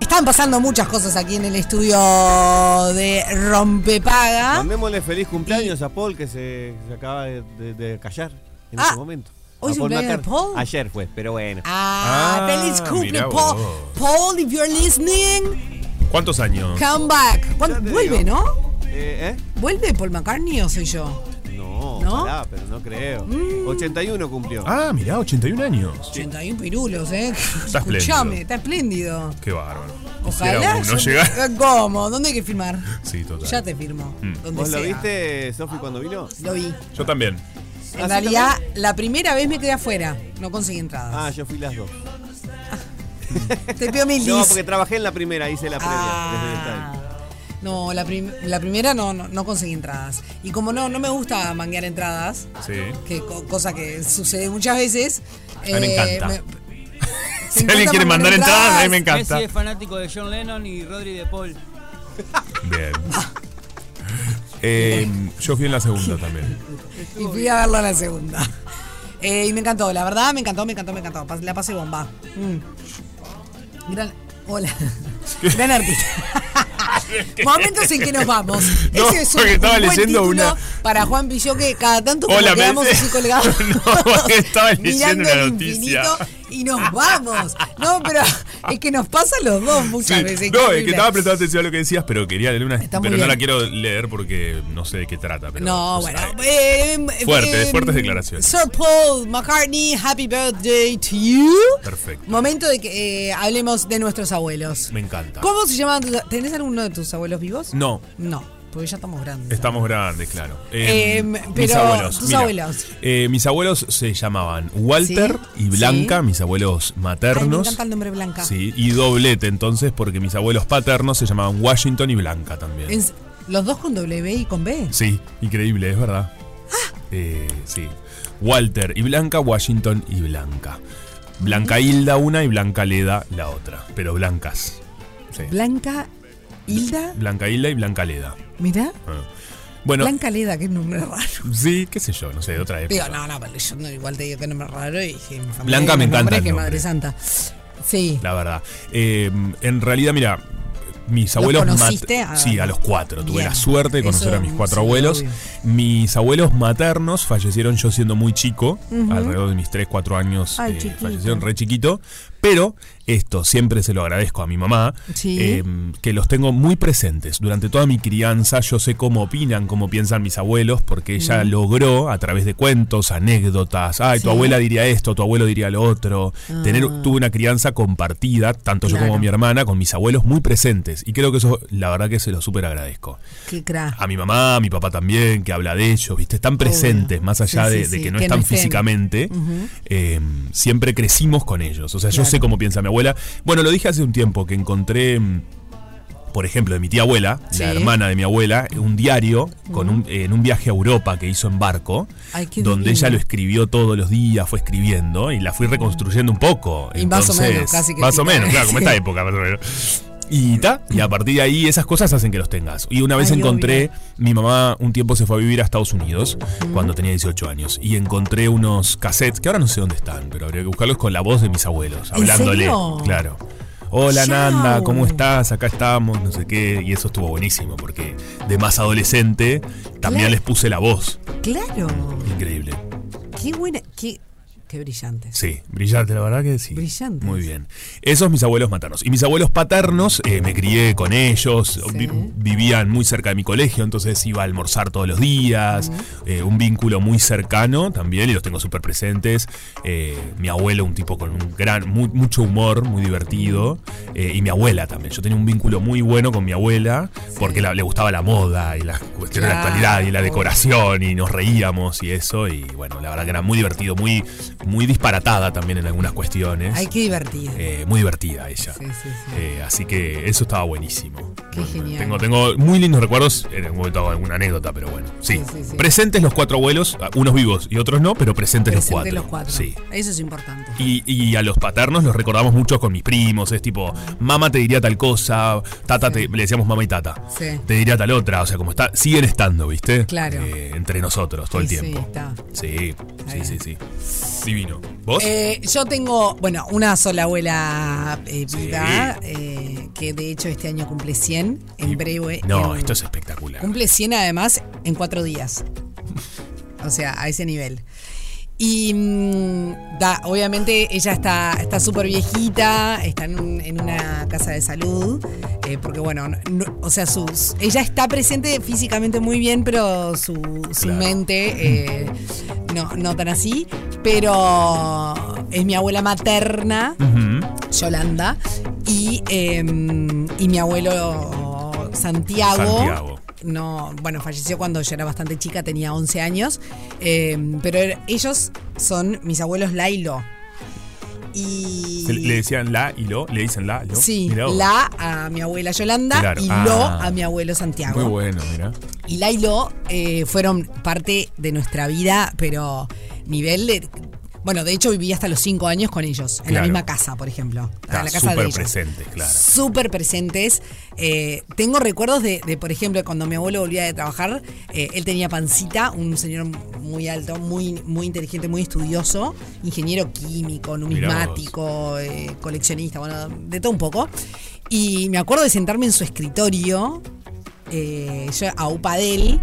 Están pasando muchas cosas aquí en el estudio de Rompepaga. Mandémosle feliz cumpleaños a Paul que se, se acaba de, de- de callar en Ah, este momento. ¿hoy A es cumpleaños de McCartney. Paul? Ayer fue, pero bueno. Ah, Ah, feliz mirá cumple, vos. Paul. Paul, if you're listening, ¿Cuántos años? come back. ¿Cuándo- Ya te vuelve, digo. ¿no? Eh, ¿Vuelve Paul McCartney o soy yo? ¿eh? No, ¿No? pará, pero no creo. Mm. 81 cumplió. Ah, mirá, 81 años. 81 pirulos, ¿eh? Está Escuchame, espléndido. está espléndido. Qué bárbaro. Ojalá. No yo- Eh, llega. ¿Cómo? ¿Dónde hay que firmar? Sí, total. Mm. Ya te firmo. Donde ¿Vos lo sea. viste, Sofi, cuando vino? Lo vi. Yo también. En realidad, la primera vez me quedé afuera. No conseguí entradas. Ah, yo fui las dos. *laughs* Te pido mil No, dis. porque trabajé en la primera, hice la previa. desde el estadio. Ah. No, la, prim- la primera no, no, no conseguí entradas. Y como no, no me gusta manguear entradas, Sí. *laughs* que co- cosa que sucede muchas veces. mí me encanta. me *laughs* Si encanta alguien quiere mandar entradas, a mí me Messi encanta. es fanático de John Lennon y Rodri de Paul. Bien. Ah. Eh, yo fui en la *laughs* segunda también. Y fui a verlo a la segunda. *laughs* Eh, y me encantó, la verdad, me encantó, me encantó, me encantó. Pas- La pasé bomba. Mm. Gran. Hola. *laughs* Gran *laughs* artista. Momentos en que nos vamos. No, Ese es un, porque estaba un buen leyendo título una- para Juan Pilló que cada tanto como Hola, quedamos Mercedes. así colgados. *laughs* *laughs* No, porque estaba leyendo mirando una el noticia. infinito Y nos vamos. No, *laughs* pero es que nos pasa a los dos muchas Sí. veces. No, es increíble. que estaba prestando atención a lo que decías, pero quería leer una. Está muy Pero no bien. la quiero leer porque no sé de qué trata. Pero, No, o sea, bueno. eh, eh, fuerte, eh, fuertes declaraciones. Sir Paul McCartney, happy birthday to you. Perfecto. Momento de que eh, hablemos de nuestros abuelos. Me encanta. ¿Cómo se llamaban tus- ¿Tenés alguno de tus abuelos vivos? No, No, porque ya estamos grandes. Estamos grandes, claro. Eh, Em, mis pero abuelos. tus mira, abuelos. eh, mis abuelos se llamaban Walter Sí, y Blanca, mis abuelos maternos. Ay, me encanta el nombre Blanca. Sí, y doblete entonces, porque mis abuelos paternos se llamaban Washington y Blanca también. En- los dos con W y con B. Sí, increíble, es Ah. verdad. Eh, sí. Walter y Blanca, Washington y Blanca. Blanca Hilda una y Blanca Leda la otra, pero blancas. Sí. Blanca Hilda, Blanca Hilda y Blanca Leda. mirá. Ah. Bueno, Blanca Leda, qué nombre raro. sí, qué sé yo, no sé, de otra época. Digo, no, no, pero yo no, igual te digo qué nombre raro y dije, mi familia Blanca tiene unos me encanta el nombres que nombre. madre santa. Sí. la verdad. Eh, en realidad, mira, mis abuelos. mat- conociste a- Sí, a los cuatro. Tuve Bien. la suerte de conocer Eso, a mis cuatro sí, abuelos. obvio. Mis abuelos maternos fallecieron yo siendo muy chico, alrededor de mis 3, 4 años. Ay, eh, chiquito. fallecieron re chiquito. Pero esto siempre se lo agradezco a mi mamá, Sí. eh, que los tengo muy presentes. Durante toda mi crianza yo sé cómo opinan, cómo piensan mis abuelos, porque ella logró a través de cuentos, anécdotas, ay, Sí. tu abuela diría esto, tu abuelo diría lo otro. Tener, tuve una crianza compartida, tanto yo como Ah. Claro. mi hermana, con mis abuelos muy presentes. Y creo que eso, la verdad que se lo súper agradezco. Qué crack. A mi mamá, a mi papá también, que habla de ellos, ¿viste? Están presentes, más allá Sí, sí, de, de sí, que no que no están estén. físicamente. eh, siempre crecimos con ellos. O sea, yo Claro. sé cómo piensa mi abuela. Bueno, lo dije hace un tiempo que encontré. mm, Por ejemplo, de mi tía abuela, Sí. la hermana de mi abuela, un diario con un- en un viaje a Europa que hizo en barco, Ay, qué donde divino. ella lo escribió todos los días, fue escribiendo y la fui reconstruyendo un poco. Y más o menos, Entonces, casi que Más o sí. menos, *laughs* claro, como Sí. esta época. más o menos. Y ta, y a partir de ahí esas cosas hacen que los tengas. Y una vez Ay, encontré, mi mamá un tiempo se fue a vivir a Estados Unidos cuando tenía 18 años y encontré unos cassettes que ahora no sé dónde están, pero habría que buscarlos con la voz de mis abuelos, ¿En hablándole. serio? Claro. Hola Chau. Nanda, ¿cómo estás? Acá estamos, no sé qué. Y eso estuvo buenísimo porque de más adolescente también Claro. les puse la voz. Claro. Increíble. Qué buena, qué, qué brillante. Sí, brillante, la verdad que sí. Brillantes. Muy bien. Esos mis abuelos maternos. Y mis abuelos paternos, eh, me crié con ellos, vi- vivían muy cerca de mi colegio, entonces iba a almorzar todos los días, eh, un vínculo muy cercano también, y los tengo súper presentes. Eh, mi abuelo, un tipo con un gran, mu- mucho humor, muy divertido, eh, y mi abuela también. Yo tenía un vínculo muy bueno con mi abuela, porque la- le gustaba la moda y las cuestiones de la Claro. actualidad y la decoración, y nos reíamos y eso, y bueno, la verdad que era muy divertido, muy, muy disparatada también en algunas cuestiones. Ay, qué divertido. Eh, muy divertida ella. Sí, sí, sí. Eh, así que eso estaba buenísimo. Qué genial. Tengo, tengo muy lindos recuerdos. En algún momento hago alguna anécdota, pero bueno. Sí. Sí, sí, sí. Presentes los cuatro abuelos, ah, unos vivos y otros no, pero presentes los cuatro. Presente los cuatro. Sí. Eso es importante. Y, y a los paternos los recordamos mucho con mis primos. Es tipo, mamá te diría tal cosa, tata te. Le decíamos mamá y tata. Sí. Te diría tal otra. O sea, como está, siguen estando, ¿viste? Claro. Eh, entre nosotros todo Y el sí, tiempo. está. Sí, sí, bien. sí, sí. Divino. ¿Vos? Eh, yo tengo, bueno, una sola abuela eh, viva, eh, que de hecho este año cumple 100, en Y- breve. No, en- esto es espectacular. Cumple 100 además en cuatro días. O sea, a ese nivel. Y mm, da, obviamente ella está está súper viejita, está en, un- en una casa de salud, eh, porque bueno, no- no- o sea, sus, ella está presente físicamente muy bien, pero su, su Claro. mente eh, no, no tan así. Pero es mi abuela materna, Ujú. Yolanda, y, eh, y mi abuelo Santiago. Santiago. No, bueno, falleció cuando yo era bastante chica, tenía 11 años, eh, pero er- ellos son mis abuelos Lailo. Y Se Le le decían la y lo, le dicen la, lo. sí, Mirá vos. la a mi abuela Yolanda Claro. y Ah. lo a mi abuelo Santiago. Muy bueno, mira. Y Lailo eh, fueron parte de nuestra vida, pero nivel de. Bueno, de hecho viví hasta los cinco años con ellos, en la Claro. misma casa, por ejemplo. Está en Ah, la casa de súper ellos. presente, claro. Súper presentes. Eh, tengo recuerdos de, de, por ejemplo, cuando mi abuelo volvía de trabajar, eh, él tenía pancita, un señor muy alto, muy, muy inteligente, muy estudioso, ingeniero químico, Mirá vos. numismático, eh, coleccionista, bueno, de todo un poco. Y me acuerdo de sentarme en su escritorio eh, yo a upa de él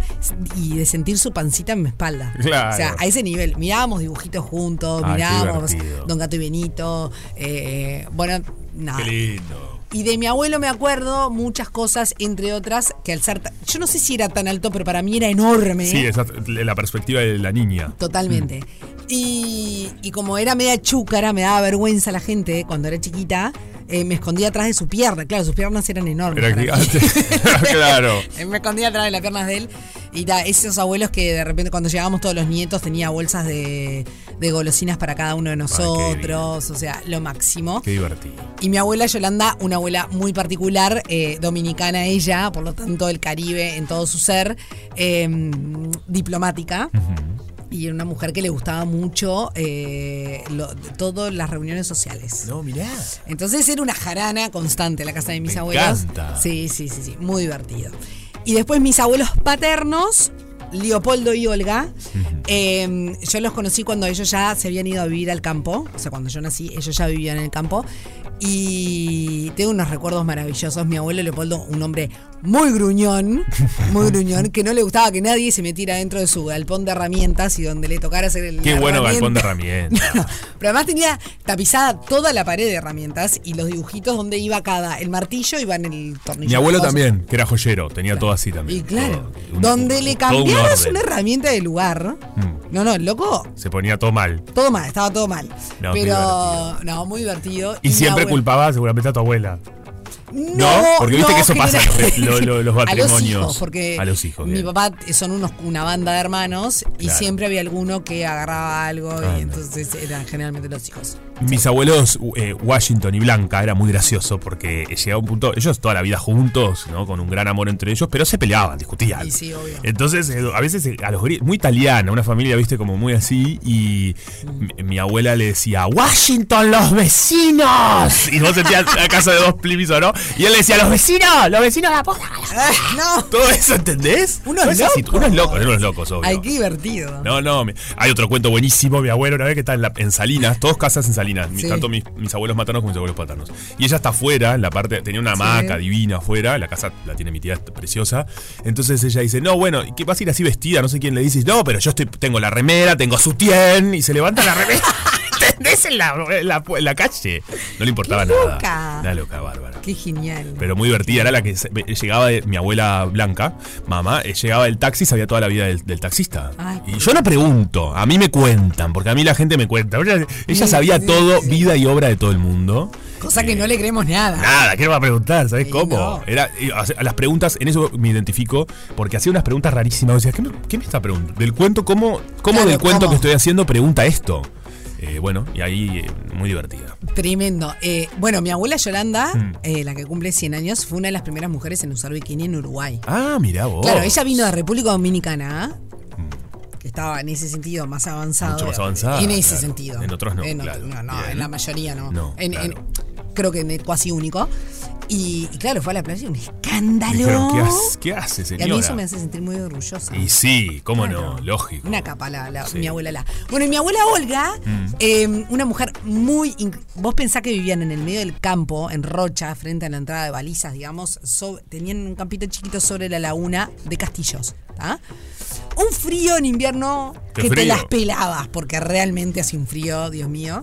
y de sentir su pancita en mi espalda. Claro. O sea, a ese nivel. Mirábamos dibujitos juntos, Ay, qué mirábamos divertido. Don Gato y Benito. eh, bueno, nada. Qué lindo. Y de mi abuelo me acuerdo muchas cosas, entre otras, que al ser. ta- Yo no sé si era tan alto, pero para mí era enorme. Sí, esa, la perspectiva de la niña. ¿eh? Mm. Totalmente. Y, y como era media chúcara, me daba vergüenza la gente cuando era chiquita, eh, me escondía atrás de su pierna. Claro, sus piernas eran enormes. Era para mí. gigante. *laughs* *laughs* claro. Eh, Me escondía atrás de las piernas de él. Y ta, esos abuelos que de repente cuando llegábamos todos los nietos tenía bolsas de, de golosinas para cada uno de nosotros. o sea, lo máximo. Qué divertido. Y mi abuela Yolanda, una abuela muy particular, eh, dominicana ella, Mm. por lo tanto del Caribe en todo su ser, eh, em, diplomática. y era una mujer que le gustaba mucho eh, lo- todas las reuniones sociales. No, mirá. Entonces era una jarana constante la casa de mis Me abuelos. encanta. Sí, sí, sí, sí, muy divertido. Y después mis abuelos paternos, Leopoldo y Olga, eh, yo los conocí cuando ellos ya se habían ido a vivir al campo, o sea, cuando yo nací, ellos ya vivían en el campo. Y tengo unos recuerdos maravillosos. Mi abuelo Leopoldo, un hombre muy gruñón, muy gruñón, que no le gustaba que nadie se metiera dentro de su galpón de herramientas y donde le tocara hacer el. Qué la bueno galpón de herramienta. *laughs* herramientas. Pero además tenía tapizada toda la pared de herramientas y los dibujitos donde iba cada. El martillo iba en el tornillo. Mi abuelo O sea, también, que era joyero, tenía todo así también. Y claro, Todo, un- donde le todo un cambiabas orden. una herramienta de lugar. Mm. No, no, el loco, Se ponía todo mal. todo mal, estaba todo mal. No, qué Pero, no, muy divertido. Y mi siempre abue- culpaba seguramente a tu abuela. No, No, porque viste que eso pasa, generalmente- los- los- *laughs* los A los matrimonios. hijos, porque A los hijos, mi bien. papá eh, son unos, una banda de hermanos y Claro. siempre había alguno que agarraba algo Ah, no. y entonces eran generalmente los hijos. Mis abuelos, eh, Washington y Blanca, era muy gracioso porque llegaba un punto, ellos toda la vida juntos, ¿no? Con un gran amor entre ellos, pero se peleaban, discutían. Y sí, obvio. Entonces, eh, a veces eh, a los gri- muy italiana, una familia, viste, como muy así, y mi, mi abuela le decía, Washington, los vecinos. Y vos sentías la casa de dos plimis o no, y él le decía, los vecinos, los vecinos, la puta. *laughs* no, Todo eso, ¿entendés? Unos Todo ese locos. sitio- Unos locos, eran unos locos, obvio. ay, qué divertido. No, no, mi- hay otro cuento buenísimo. Mi abuelo, una vez que está en, la- en Salinas, todos casas en Salinas, mi- Sí. tanto mis, mis abuelos maternos como mis abuelos paternos. Y ella está afuera, en la parte, tenía una hamaca divina afuera, la casa la tiene mi tía está preciosa. Entonces ella dice, no, bueno, ¿y ¿qué vas a ir así vestida? No sé quién le dice, no, pero yo estoy, tengo la remera, tengo su tien, y se levanta la remera. *laughs* ¿Entendés? En la, en la- en la calle. No le importaba ¡Qué nada. loca! Una loca bárbara. Qué genial. Pero muy divertida, era la que se- llegaba de- mi abuela blanca, mamá, eh, llegaba del taxi, sabía toda la vida del, del taxista. Ay, y yo no pregunto, a mí me cuentan, porque a mí la gente me cuenta. Ella, ella sabía todo, vida y obra de todo el mundo. Cosa que no le creemos nada. Nada, ¿qué le va a preguntar? ¿Sabes Sí, cómo? no. Era, y hace- a las preguntas, en eso me identifico, porque hacía unas preguntas rarísimas. Decía, ¿qué me, qué me está preguntando? ¿Del cuento? ¿Cómo, cómo Claro, del cuento ¿cómo? que estoy haciendo pregunta esto? Eh, bueno, y ahí eh, muy divertida. Tremendo. Eh, bueno, mi abuela Yolanda, Mm. eh, la que cumple 100 años, fue una de las primeras mujeres en usar bikini en Uruguay. Ah, mirá vos. Claro, ella vino de República Dominicana, ¿eh? que estaba en ese sentido más avanzado. Mucho más avanzada, En ese claro. sentido. En otros no, ot- claro. No, no, Bien. en la mayoría no. No, En- en- claro. creo que en el cuasi único. Y, y claro, fue a la playa y un Me dijeron, escándalo. ¿qué, hace, ¿Qué hace, y señora? a mí eso me hace sentir muy orgullosa. Y sí, cómo no, Claro. lógico. Una capa, la, la- Sí. Mm. mi abuela la. Bueno, y mi abuela Olga, eh, una mujer muy. inc- Vos pensás que vivían en el medio del campo, en Rocha, frente a la entrada de balizas, digamos. so- tenían un campito chiquito sobre la laguna de Castillos. ¿tá? Un frío en invierno Qué que te frío. las pelabas, porque realmente hace un frío, Dios mío.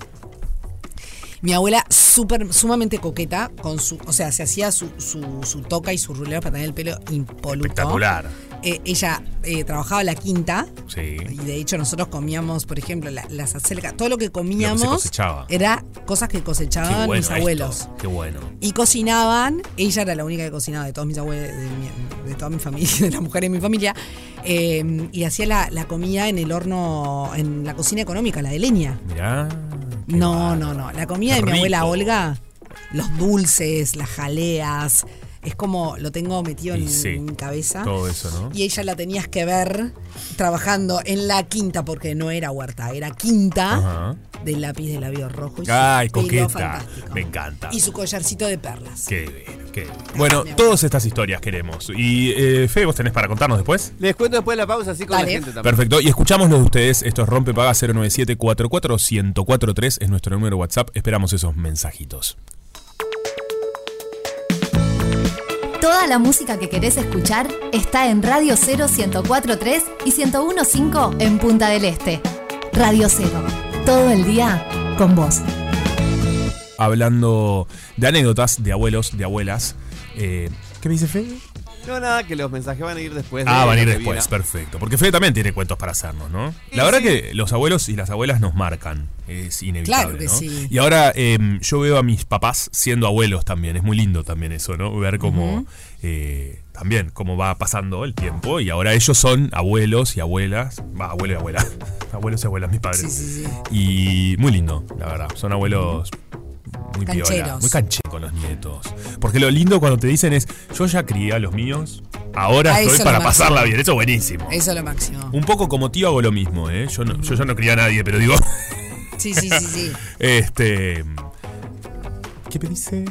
Mi abuela, súper, sumamente coqueta, con su, o sea, se hacía su, su, su toca y su rulero para tener el pelo impoluto. Espectacular. Eh, ella eh, trabajaba la quinta, Sí. y de hecho nosotros comíamos, por ejemplo, la- las acelgas, todo lo que comíamos cosechaba. era cosas que Qué cosechaban bueno mis esto, abuelos. Qué bueno. Y cocinaban, ella era la única que cocinaba de todos mis abuelos, de, mi- de toda mi familia, *laughs* de las mujeres de mi familia, eh, y hacía la, la comida en el horno, en la cocina económica, la de leña. Mirá. qué No, bárbaro. no, no. La comida Qué de mi abuela rico. Olga, los dulces, las jaleas, es como lo tengo metido Y en sí, mi cabeza. todo eso, ¿no? Y ella la tenías que ver trabajando en la quinta, porque no era huerta, era quinta Ajá. del lápiz de labio rojo. Y su Ay, pelo coqueta. fantástico. Me encanta. Y su collarcito de perlas. Qué bien, qué bien. Bueno, todas estas historias queremos. Y eh, Fe, ¿vos tenés para contarnos después? *laughs* Les cuento después de la pausa, así con Dale. la gente también. Perfecto. Y escuchamos los de ustedes. Esto es Rompe Paga 097 1043 Es nuestro número WhatsApp. Esperamos esos mensajitos. Toda la música que querés escuchar está en Radio 0 1043 y 1015 en Punta del Este. Radio 0. Todo el día con vos. Hablando de anécdotas de abuelos, de abuelas. eh, ¿Qué me dice Fe? No, nada, que los mensajes van a ir después. de Ah, van a ir la después, bebida. perfecto. Porque Fede también tiene cuentos para hacernos, ¿no? Y La verdad sí. que los abuelos y las abuelas nos marcan. Es inevitable. Claro que ¿no? sí. Y ahora eh, yo veo a mis papás siendo abuelos también. Es muy lindo también eso, ¿no? Ver cómo. eh, también cómo va pasando el tiempo. Y ahora ellos son abuelos y abuelas. Va, abuelo y abuela. *laughs* Abuelos y abuelas, mis padres. Sí, sí, sí. Y muy lindo, la verdad. Son abuelos muy piola, Cancheros. muy canchero con los nietos. Porque lo lindo cuando te dicen es, yo ya crié a los míos, ahora Ah, eso estoy es para lo máximo. pasarla bien. Eso es buenísimo. Eso es lo máximo. Un poco como tío hago lo mismo, ¿eh? Yo, no, yo ya no crié a nadie, pero digo, *laughs* Sí, sí, sí, sí. este... ¿Qué pediste?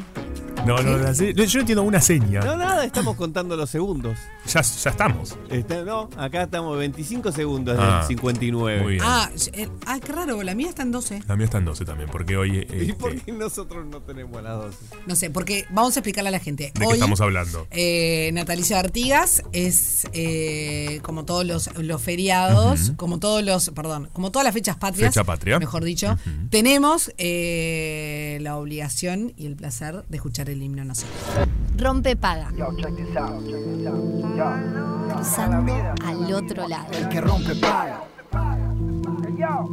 No, no, la se- no, yo no entiendo una seña. No, nada, estamos contando los segundos. Ya, ya estamos. Este, no, acá estamos 25 segundos Ah, del 59. Muy *laughs* bien. Ah, eh, ah, qué raro, la mía está en 12. La mía está en 12 también, porque hoy... *laughs* ¿Y este, por qué nosotros no tenemos las 12? No sé, porque vamos a explicarle a la gente. ¿De qué Hoy, estamos hablando? eh, Natalicia Artigas es eh, como todos los, los feriados, como todos los, perdón, como todas las fechas patrias, Fecha patria. mejor dicho, tenemos eh, la obligación y el placer de escuchar el himno nacional. Rompe paga. Cruzando al otro lado.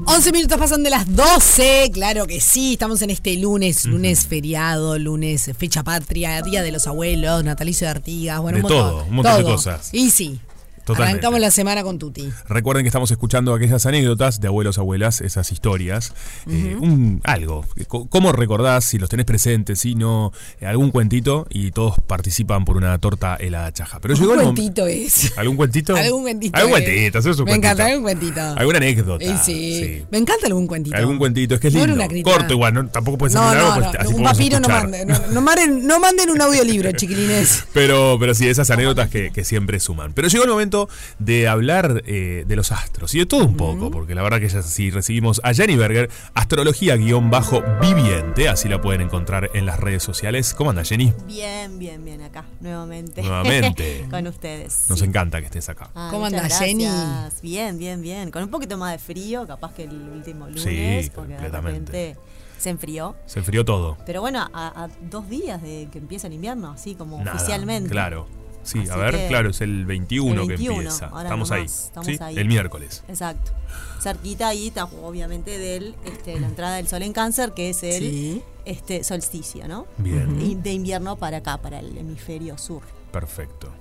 11 minutos pasan de las 12, claro que sí, estamos en este lunes, lunes feriado, lunes fecha patria, día de los abuelos, natalicio de Artigas, bueno, De un montón, todo, un montón de cosas. Y sí, Totalmente. arrancamos la semana con Tuti. Recuerden que estamos escuchando aquellas anécdotas de abuelos, abuelas, esas historias. eh, un, algo. C- ¿Cómo recordás si los tenés presentes, si no? eh, algún cuentito y todos participan por una torta helada chaja. Pero llegó Un el mom- cuentito es. ¿Algún cuentito? Algún cuentito. Algún es. cuentito, eso es un Me cuentito. encanta, algún cuentito. Alguna anécdota. Eh, sí. Me encanta algún cuentito. Algún cuentito, es que es No era lindo. una crítica. Corto igual, no- tampoco puede ser No, muy largo, no, pues, no, así un podemos papiro no escuchar. manden, no, no manden, no manden un audiolibro, *laughs* chiquilines. Pero, pero sí, esas anécdotas que, que siempre suman. Pero llegó el momento de hablar eh, de los astros y de todo un poco, porque la verdad que ya sí recibimos a Jenny Berger, astrología-viviente, así la pueden encontrar en las redes sociales. ¿Cómo anda Jenny? Bien, bien, bien acá, nuevamente. Nuevamente. *laughs* Con ustedes. Nos sí. encanta que estés acá. Ah, ¿Cómo muchas andás, Jenny? gracias. Bien, bien, bien. Con un poquito más de frío, capaz que el último Sí, lunes, porque de completamente. repente se enfrió. Se enfrió todo. Pero bueno, a, a dos días de que empieza el invierno, así como Nada, oficialmente. Claro. Sí, Así a ver, que- claro, es el 21, El que 21, empieza. ahora Estamos, ahí, nomás, estamos ¿sí? ahí. El miércoles. Exacto. Cerquita ahí está obviamente del este, la entrada del sol en cáncer, que es el Sí. este solsticio, ¿no? Bien, Y De invierno para acá, para el hemisferio sur. perfecto.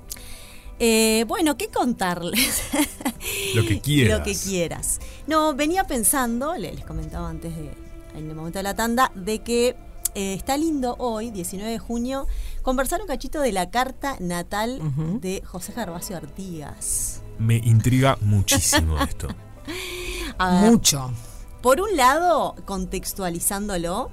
Eh, bueno, ¿qué contarles? Lo que quieras. Lo que quieras. No, venía pensando, le- les comentaba antes de, en el momento de la tanda, de que eh, está lindo hoy, 19 de junio, conversar un cachito de la carta natal de José Gervasio Artigas. Me intriga *laughs* muchísimo esto. A ver, Mucho. por un lado, contextualizándolo,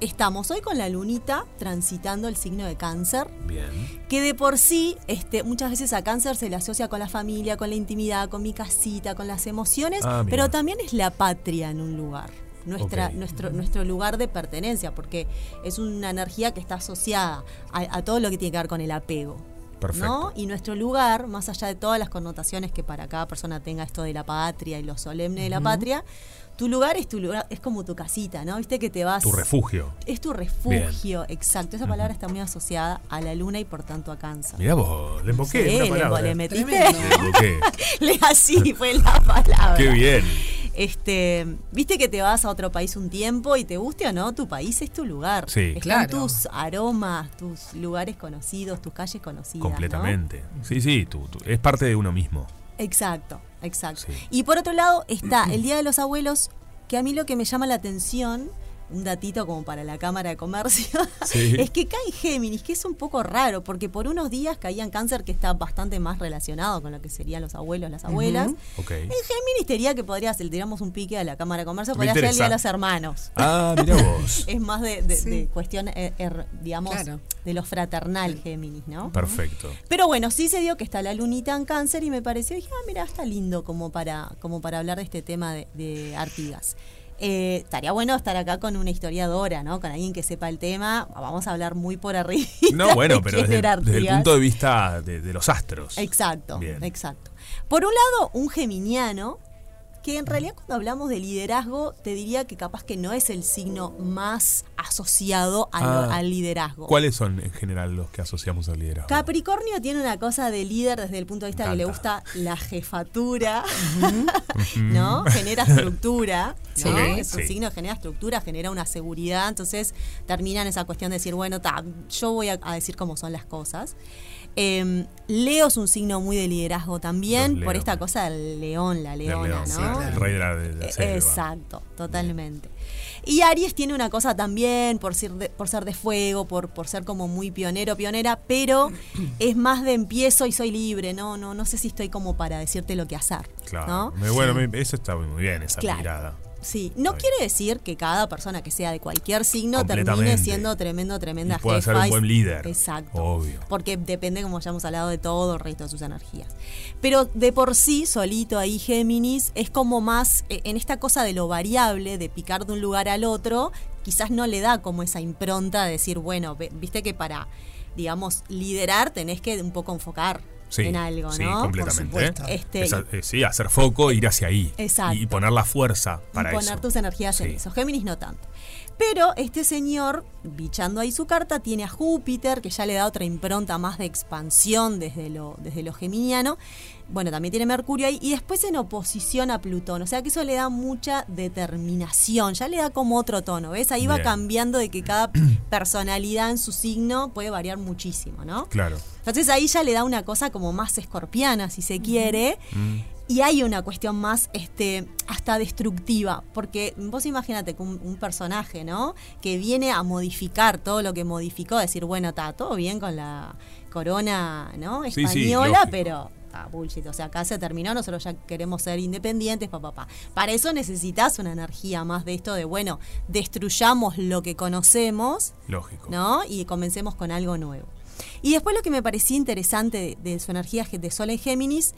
estamos hoy con la lunita transitando el signo de cáncer. Bien. que de por sí este, muchas veces a cáncer se le asocia con la familia, con la intimidad, con mi casita, con las emociones, Ah, mira. pero también es la patria en un lugar. Nuestra, Ok. nuestro, nuestro lugar de pertenencia, porque es una energía que está asociada a, a todo lo que tiene que ver con el apego. Perfecto. ¿no? Y nuestro lugar, más allá de todas las connotaciones que para cada persona tenga esto de la patria y lo solemne de la patria, tu lugar es tu lugar, es como tu casita, ¿no? Viste que te vas Tu refugio. es tu refugio, exacto. Esa palabra está muy asociada a la luna y por tanto a cáncer. Mirá vos, le emboqué Sí, una le- palabra. le metiste. Tremendo. Le *laughs* emboqué. Le- Así fue la palabra. Qué bien. Este, viste que te vas a otro país un tiempo y te guste o no, tu país es tu lugar. Sí. Están Claro. tus aromas, tus lugares conocidos, tus calles conocidas. ¿no? Completamente. Sí, sí, tú, tú- es parte de uno *laughs* mismo. Exacto, exacto. Sí. Y por otro lado *clears throat* está el Día de los Abuelos, que a mí lo que me llama la atención, un datito como para la Cámara de Comercio, *laughs* Sí. es que cae en Géminis, que es un poco raro, porque por unos días caía en cáncer, que está bastante más relacionado con lo que serían los abuelos, las abuelas. Ok. En Géminis te diría que podría ser, le tiramos un pique a la Cámara de Comercio, Me podría ser el Día de los interesa. Hermanos. Ah, mira vos. *laughs* Es más de, de- de cuestión, eh, er- digamos, Claro. de lo fraternal Géminis, ¿no? Perfecto. Pero bueno, sí se dio que está la lunita en cáncer y me pareció, dije, ah, mira, está lindo como para, como para hablar de este tema de, de Artigas. Eh, estaría bueno estar acá con una historiadora, ¿no? Con alguien que sepa el tema. Vamos a hablar muy por arriba. *laughs* No, bueno, pero desde, desde el punto de de vista de, de los astros. Exacto, Bien. exacto. Por un lado, un geminiano, que en realidad cuando hablamos de liderazgo, te diría que capaz que no es el signo más asociado a lo- Ah. al liderazgo. ¿Cuáles son en general los que asociamos al liderazgo? Capricornio tiene una cosa de líder desde el punto de vista Me que le encanta. gusta la jefatura, *laughs* *laughs* ¿no? Genera estructura, ¿no? Mm. Sí, es un sí. signo que genera estructura, genera una seguridad, entonces termina en esa cuestión de decir, bueno, ta, yo voy a, a decir cómo son las cosas. Eh, Leo es un signo muy de liderazgo también, Los Leo, por esta cosa del león, la Del león, leona, sí, ¿no? El rey de la, de la Eh, selva. Exacto, totalmente. Y Aries tiene una cosa también por ser de, por ser de fuego, por, por ser como muy pionero, pionera, *clears throat* pero es más de empiezo y soy libre, no, no, no sé si estoy como para decirte lo que hacer. Claro. ¿no? Me- bueno, me- eso está muy bien, esa Claro. mirada. Sí, no quiere decir que cada persona que sea de cualquier signo termine Completamente. siendo tremendo, tremenda Y pueda ser jefa un y- buen líder. Exacto. Obvio. Porque depende, como ya hemos hablado, de todo el resto de sus energías. Pero de por sí, solito ahí Géminis, es como más eh, en esta cosa de lo variable, de picar de un lugar al otro, quizás no le da como esa impronta de decir, bueno, ve- viste que para, digamos, liderar tenés que un poco enfocar Sí, en algo, sí, ¿no? completamente. Este, Esa- eh, sí, hacer foco, ir hacia ahí. Exacto. Y poner la fuerza para y poner eso. tus energías en Sí. eso. Géminis no tanto. Pero este señor, bichando ahí su carta, tiene a Júpiter, que ya le da otra impronta más de expansión desde lo, desde lo geminiano. Bueno, también tiene Mercurio ahí. Y después en oposición a Plutón. O sea que eso le da mucha determinación. Ya le da como otro tono, ¿ves? Ahí va Bien. cambiando de *clears throat* que cada personalidad en su signo puede variar muchísimo, ¿no? Claro. Entonces ahí ya le da una cosa como más escorpiana, si se quiere. Mm. Y hay una cuestión más, este, hasta destructiva, porque vos imagínate que un, un personaje, ¿no? Que viene a modificar todo lo que modificó, decir, bueno, está todo bien con la corona, ¿no? Sí, sí, Española, lógico. pero está bullshit, o sea, acá se terminó, nosotros ya queremos ser independientes, papá, papá. Para eso necesitas una energía más de esto de, bueno, destruyamos lo que conocemos Lógico. ¿no? Y comencemos con algo nuevo. Y después lo que me parecía interesante de, de su energía ge- de Sol en Géminis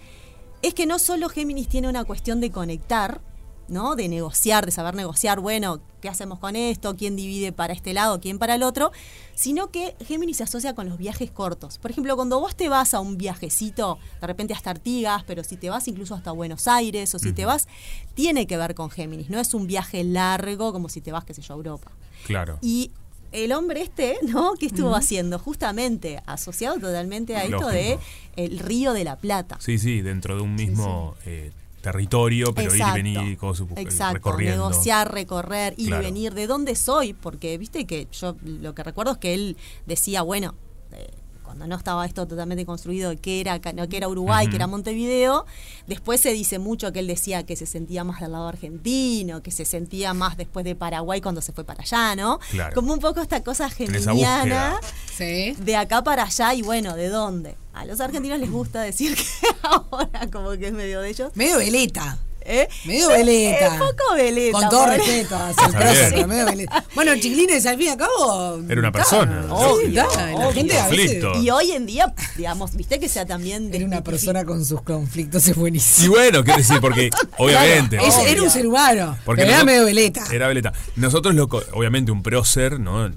es que no solo Géminis tiene una cuestión de conectar, ¿no? De negociar, de saber negociar, bueno, ¿qué hacemos con esto? ¿Quién divide para este lado? ¿Quién para el otro? Sino que Géminis se asocia con los viajes cortos. Por ejemplo, cuando vos te vas a un viajecito, de repente hasta Artigas, pero si te vas incluso hasta Buenos Aires o si te vas, tiene que ver con Géminis. No es un viaje largo como si te vas, qué sé yo, a Europa. Claro. Y el hombre este, ¿no? ¿Qué estuvo Ujú. haciendo? Justamente asociado totalmente a esto Lógico. de el Río de la Plata. Sí, sí, dentro de un mismo eh, territorio, pero Exacto. ir y venir, cosas, bu- Exacto, recorriendo. negociar, recorrer, ir Claro. y venir, de dónde soy, porque viste que yo lo que recuerdo es que él decía, bueno, eh, cuando no estaba esto totalmente construido, que era, Ca- no, que era Uruguay, Ujú. que era Montevideo, después se dice mucho que él decía que se sentía más del lado argentino, que se sentía más después de Paraguay cuando se fue para allá, ¿no? Claro. Como un poco esta cosa En esa geminiana de acá para allá y bueno, ¿de dónde? A los argentinos les gusta decir que ahora *laughs* como que es medio de ellos. Medio veleta. ¿Eh? Medio veleta. Un poco veleta. Con todo pobre. *laughs* respeto hacia el Está bien. prócer, pero medio veleta. Bueno, chiquilines, al fin y al cabo. Era una ta, persona. sí, ta, la gente a veces. Conflicto. Y hoy en día, digamos, viste que sea también de Una persona con sus conflictos es buenísimo. Y bueno, *laughs* quiero decir, *laughs* porque obviamente. Claro, es- obvio. era un ser humano. Porque pero era nosotros- medio veleta. Era veleta. Nosotros, lo co- obviamente, un prócer, ¿no? Eh,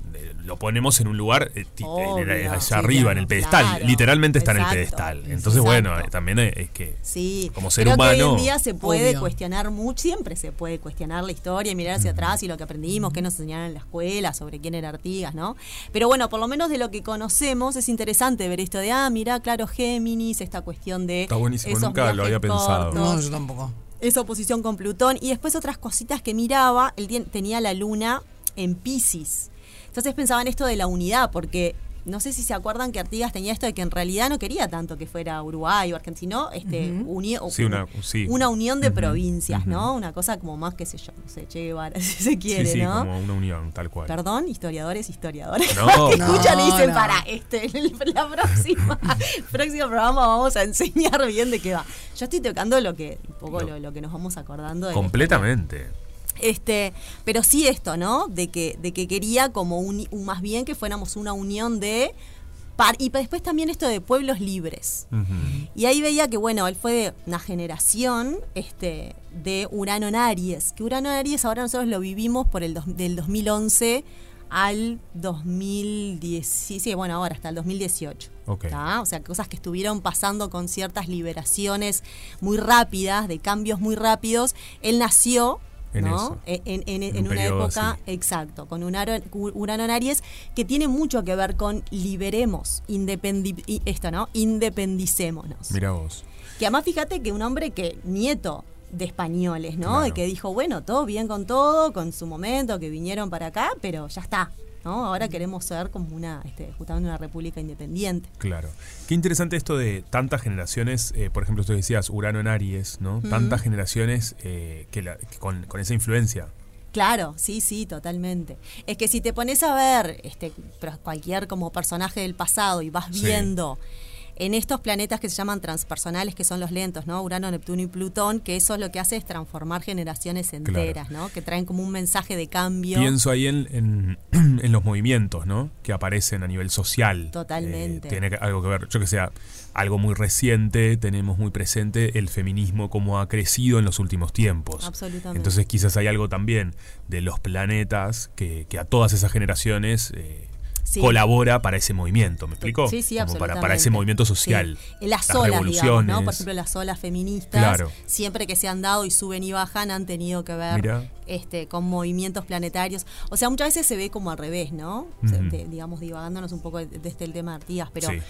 Lo ponemos en un lugar eh, ti- en el- allá sí, arriba, claro, en el pedestal. claro. Literalmente está en Exacto, el pedestal. Entonces, bueno, eh, también es es que Sí, como ser creo humano. que hoy en día se puede obvio. cuestionar mucho, siempre se puede cuestionar la historia y mirar hacia Mm. atrás y lo que aprendimos, qué nos enseñaron en la escuela, sobre quién era Artigas, ¿no? Pero bueno, por lo menos de lo que conocemos es interesante ver esto de, ah, mira, claro, Géminis, esta cuestión de... Está buenísimo, esos nunca lo viajes había pensado. cortos, tampoco. esa oposición con Plutón y después otras cositas que miraba, él tien- tenía la luna en Pisces. Entonces pensaba en esto de la unidad, porque no sé si se acuerdan que Artigas tenía esto de que en realidad no quería tanto que fuera Uruguay o Argentina, sino este, uni- o- Sí, una, sí. una unión de provincias, ¿no? Una cosa como más, qué sé yo, no sé, Che Guevara, *laughs* si se quiere, sí, sí, ¿no? como una unión, tal cual. Perdón, historiadores, historiadoras. No, *laughs* que escuchan y dicen, no. para, este, el- la *laughs* próxima, próximo programa vamos a enseñar bien de qué va. Yo estoy tocando lo que, un poco lo, lo que nos vamos acordando. de- Completamente. este, pero sí esto, ¿no? De que, de que quería como un, un- más bien que fuéramos una unión de. par- y después también esto de pueblos libres. Y ahí veía que, bueno, él fue de una generación este, de Urano en Aries. Que Urano en Aries ahora nosotros lo vivimos por el dos- del 2011 al 2017, bueno, ahora hasta el 2018. Ok. ¿tá? O sea, cosas que estuvieron pasando con ciertas liberaciones muy rápidas, de cambios muy rápidos. Él nació En ¿no? eso. E- En, En en- en un una periodo época, así. Ah, exacto, con un aro- cu- Urano en Aries, que tiene mucho que ver con liberemos, independi- y esto, ¿no? Independicémonos. Mira vos. Que además fíjate que un hombre que, nieto de españoles, ¿no? Claro. De que dijo, bueno, todo bien con todo, con su momento, que vinieron para acá, pero ya está. ¿no? Ahora queremos ser como una, este, justamente una república independiente. Claro. Qué interesante esto de tantas generaciones, eh, por ejemplo, tú decías Urano en Aries, ¿no? Ujú. Tantas generaciones eh, que, la- que con, con esa influencia. Claro, sí, sí, totalmente. Es que si te pones a ver este, pro- cualquier como personaje del pasado y vas Sí. viendo en estos planetas que se llaman transpersonales, que son los lentos, ¿no? Urano, Neptuno y Plutón, que eso lo que hace es transformar generaciones enteras, ¿no? Que traen como un mensaje de cambio. Pienso ahí en, en- *clears throat* en los movimientos, ¿no? Que aparecen a nivel social. Eh, Totalmente. Tiene que- algo que ver, yo que sea, algo muy reciente, tenemos muy presente el feminismo como ha crecido en los últimos Ah, tiempos. Absolutamente. Entonces quizás hay algo también de los planetas que, que a todas esas generaciones eh, Sí. colabora para ese movimiento, ¿me explico? Sí, Como sí, para, absolutamente. para ese movimiento social. Sí. Las, las olas, digamos, ¿no? Por revoluciones. ejemplo, las olas feministas, Claro. siempre que se han dado y suben y bajan, han tenido que ver Mirá. este, con movimientos planetarios. O sea, muchas veces se ve como al revés, ¿no? O sea, Ujú. de- digamos, divagándonos un poco de- desde el tema de Artigas, pero... Sí. ah,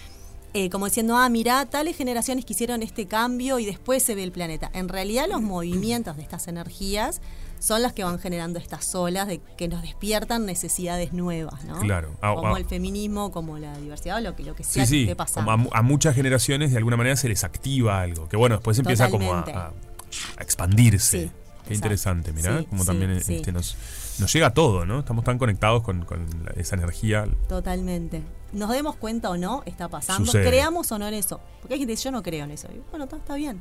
eh, como diciendo, ah, mirá, tales generaciones que hicieron este cambio y después se ve el planeta. En realidad los movimientos de estas energías son las que van generando estas olas de que nos despiertan necesidades nuevas, ¿no? Claro. Ah, como ah. el feminismo, como la diversidad o lo que, lo que Sí, sea que sí. esté pasando. A, mu- a muchas generaciones de alguna manera se les activa algo. Que bueno, después empieza como a- a, a expandirse. Qué Sí, exacto. interesante, mirá, Sí, como sí, también sí. este, nos, nos llega todo, ¿no? Estamos tan conectados con, con la- esa energía. Totalmente. Nos demos cuenta o no, está pasando. Sucede. Creamos o no en eso. Porque hay gente que dice, yo no creo en eso. Y, bueno, está, está bien.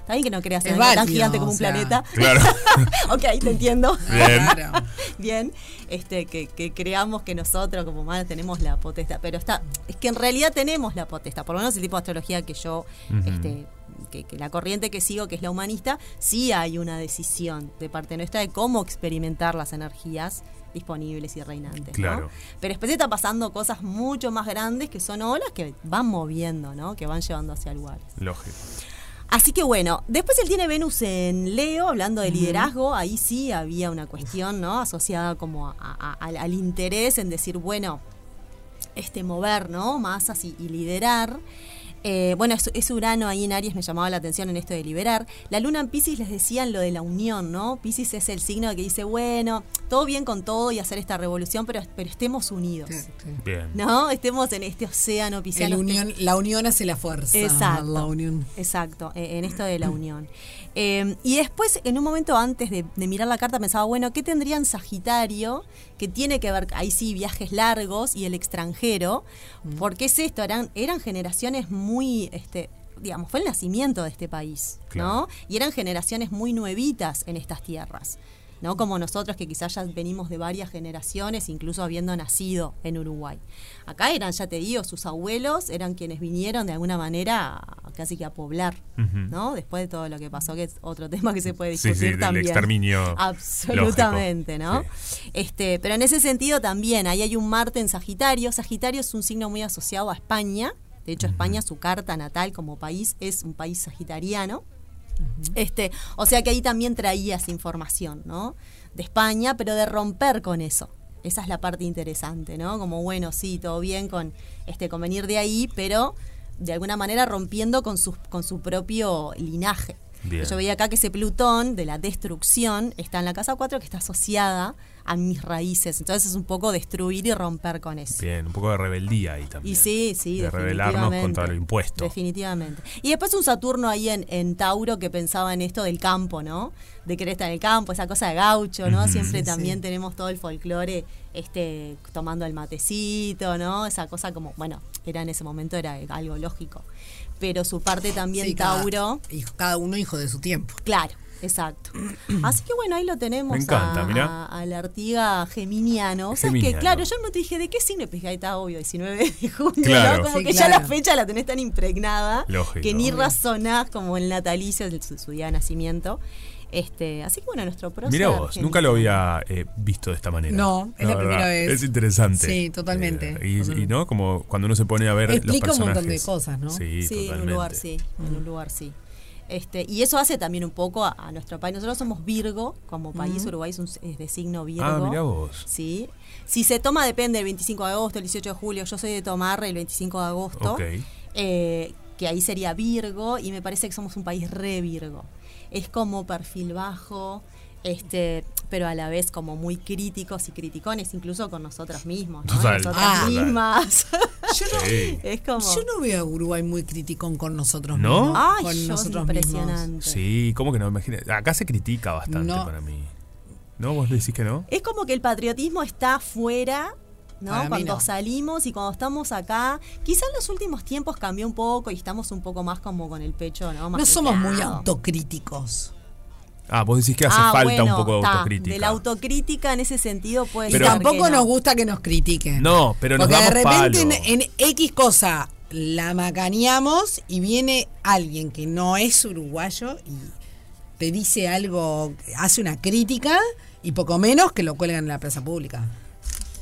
Está bien que no creas Es en algo tan válido, gigante como o un sea. planeta. Claro. *laughs* ok, te entiendo. Bien. *laughs* bien. Este, que, que creamos que nosotros como humanos tenemos la potestad. Pero está, es que en realidad tenemos la potestad. Por lo menos el tipo de astrología que yo, Ujú. este, que, que la corriente que sigo, que es la humanista, sí hay una decisión de parte nuestra de cómo experimentar las energías disponibles y reinantes. ¿no? Claro. Pero después está pasando cosas mucho más grandes que son olas que van moviendo, ¿no? Que van llevando hacia lugares. Lógico. Así que bueno, después él tiene Venus en Leo, hablando de liderazgo, ahí sí había una cuestión, ¿no? Asociada como a- a- a- al, al interés en decir, bueno, este mover, ¿no? Masas y, y liderar. Eh, bueno, es, es Urano ahí en Aries me llamaba la atención en esto de liberar. La luna en Pisces les decían lo de la unión, ¿no? Pisces es el signo que dice, bueno, todo bien con todo y hacer esta revolución, pero, pero estemos unidos. Bien. ¿No? Estemos en este océano pisciano. El unión- la unión hace la fuerza. Exacto. La unión. Exacto, eh, en esto de la unión. Eh, y después, en un momento antes de, de mirar la carta, pensaba, bueno, ¿qué tendría en Sagitario? Que tiene que ver, ahí sí, viajes largos y el extranjero. Porque es esto, eran, eran generaciones muy, este, digamos, fue el nacimiento de este país, ¿no? Y eran generaciones muy nuevitas en estas tierras. ¿no? Como nosotros que quizás ya venimos de varias generaciones, incluso habiendo nacido en Uruguay. Acá eran, ya te digo, sus abuelos eran quienes vinieron de alguna manera a- casi que a poblar, Ujú. ¿no? Después de todo lo que pasó, que es otro *laughs* tema que se puede Sí, sí, discutir del también. exterminio *laughs* Absolutamente, ¿no? Este, pero en ese sentido también, ahí hay un Marte en Sagitario. Sagitario es un signo muy asociado a España. De hecho, España, su carta natal como país, es un país sagitariano. Este, o sea que ahí también traías información, ¿no? De España, pero de romper con eso. Esa es la parte interesante, ¿no? Como bueno, sí, todo bien con este convenir de ahí, pero de alguna manera rompiendo con su, con su propio linaje. Bien. Yo veía acá que ese Plutón de la destrucción está en la casa 4 que está asociada a mis raíces. Entonces es un poco destruir y romper con eso. Bien, un poco de rebeldía ahí también. Y sí, sí, de rebelarnos definitivamente. contra lo impuesto. Definitivamente. Y después un Saturno ahí en, en Tauro que pensaba en esto del campo, ¿no? De querer estar en el campo, esa cosa de gaucho, ¿no? Ujú. Siempre Sí, también sí. tenemos todo el folclore este, tomando el matecito, ¿no? Esa cosa como, bueno, era en ese momento era algo lógico. Pero su parte también Sí, cada- Tauro. hijo- cada uno hijo de su tiempo. Claro, *clears throat* exacto. Así que bueno, ahí lo tenemos Me encanta, a, mirá. a- a la Artiga Geminiano. O sea, es que Geminiano. claro, yo no te dije de qué signo, pues ahí está obvio, 19 de junio, Claro. ¿no? Como Sí, que ya claro. la fecha la tenés tan impregnada Lógico. que ni razonás como el natalicio, el, su, su día de nacimiento. Este, así que bueno, nuestro prócer Mira vos, argentino. nunca lo había eh, visto de esta manera. No, es la primera vez. Es interesante. Sí, totalmente. Eh, y, y no, como cuando uno se pone a ver los Explica un personajes. montón de cosas, ¿no? Sí, totalmente. en un lugar sí, en un lugar sí. Este, y eso hace también un poco a, a nuestro país. Nosotros somos Virgo, como país Ujú. Uruguay es, un- es de signo Virgo. Ah, mirá vos. Sí. Si se toma, depende, el 25 de agosto, el 18 de julio. Yo soy de tomar el 25 de agosto. Ok. eh, que ahí sería Virgo, y me parece que somos un país re Virgo. Es como perfil bajo, este, pero a la vez como muy críticos y criticones, incluso con nosotros mismos, ¿no? Total, nosotras ah. mismas. *laughs* Yo no, Sí. es como... yo no veo a Uruguay muy criticón con nosotros ¿No? mismos. Ay, yo, con es nosotros impresionante. mismos. Sí, ¿cómo que no? Imagínate. Acá se critica bastante No. para mí. ¿No? ¿Vos decís que no? Es como que el patriotismo está fuera, ¿no? Para mí Cuando no. salimos y cuando estamos acá. Quizá en los últimos tiempos cambió un poco y estamos un poco más como con el pecho, ¿no? Más No somos muy inflado. autocríticos. Ah, vos decís que hace Ah, falta bueno, un poco de ta, autocrítica. De la autocrítica en ese sentido puede Pero- y ser tampoco que no. nos gusta que nos critiquen. No, pero nos Porque de damos repente en, palo. en X cosa la macaneamos y viene alguien que no es uruguayo y te dice algo, hace una crítica y poco menos que lo cuelgan en la plaza pública.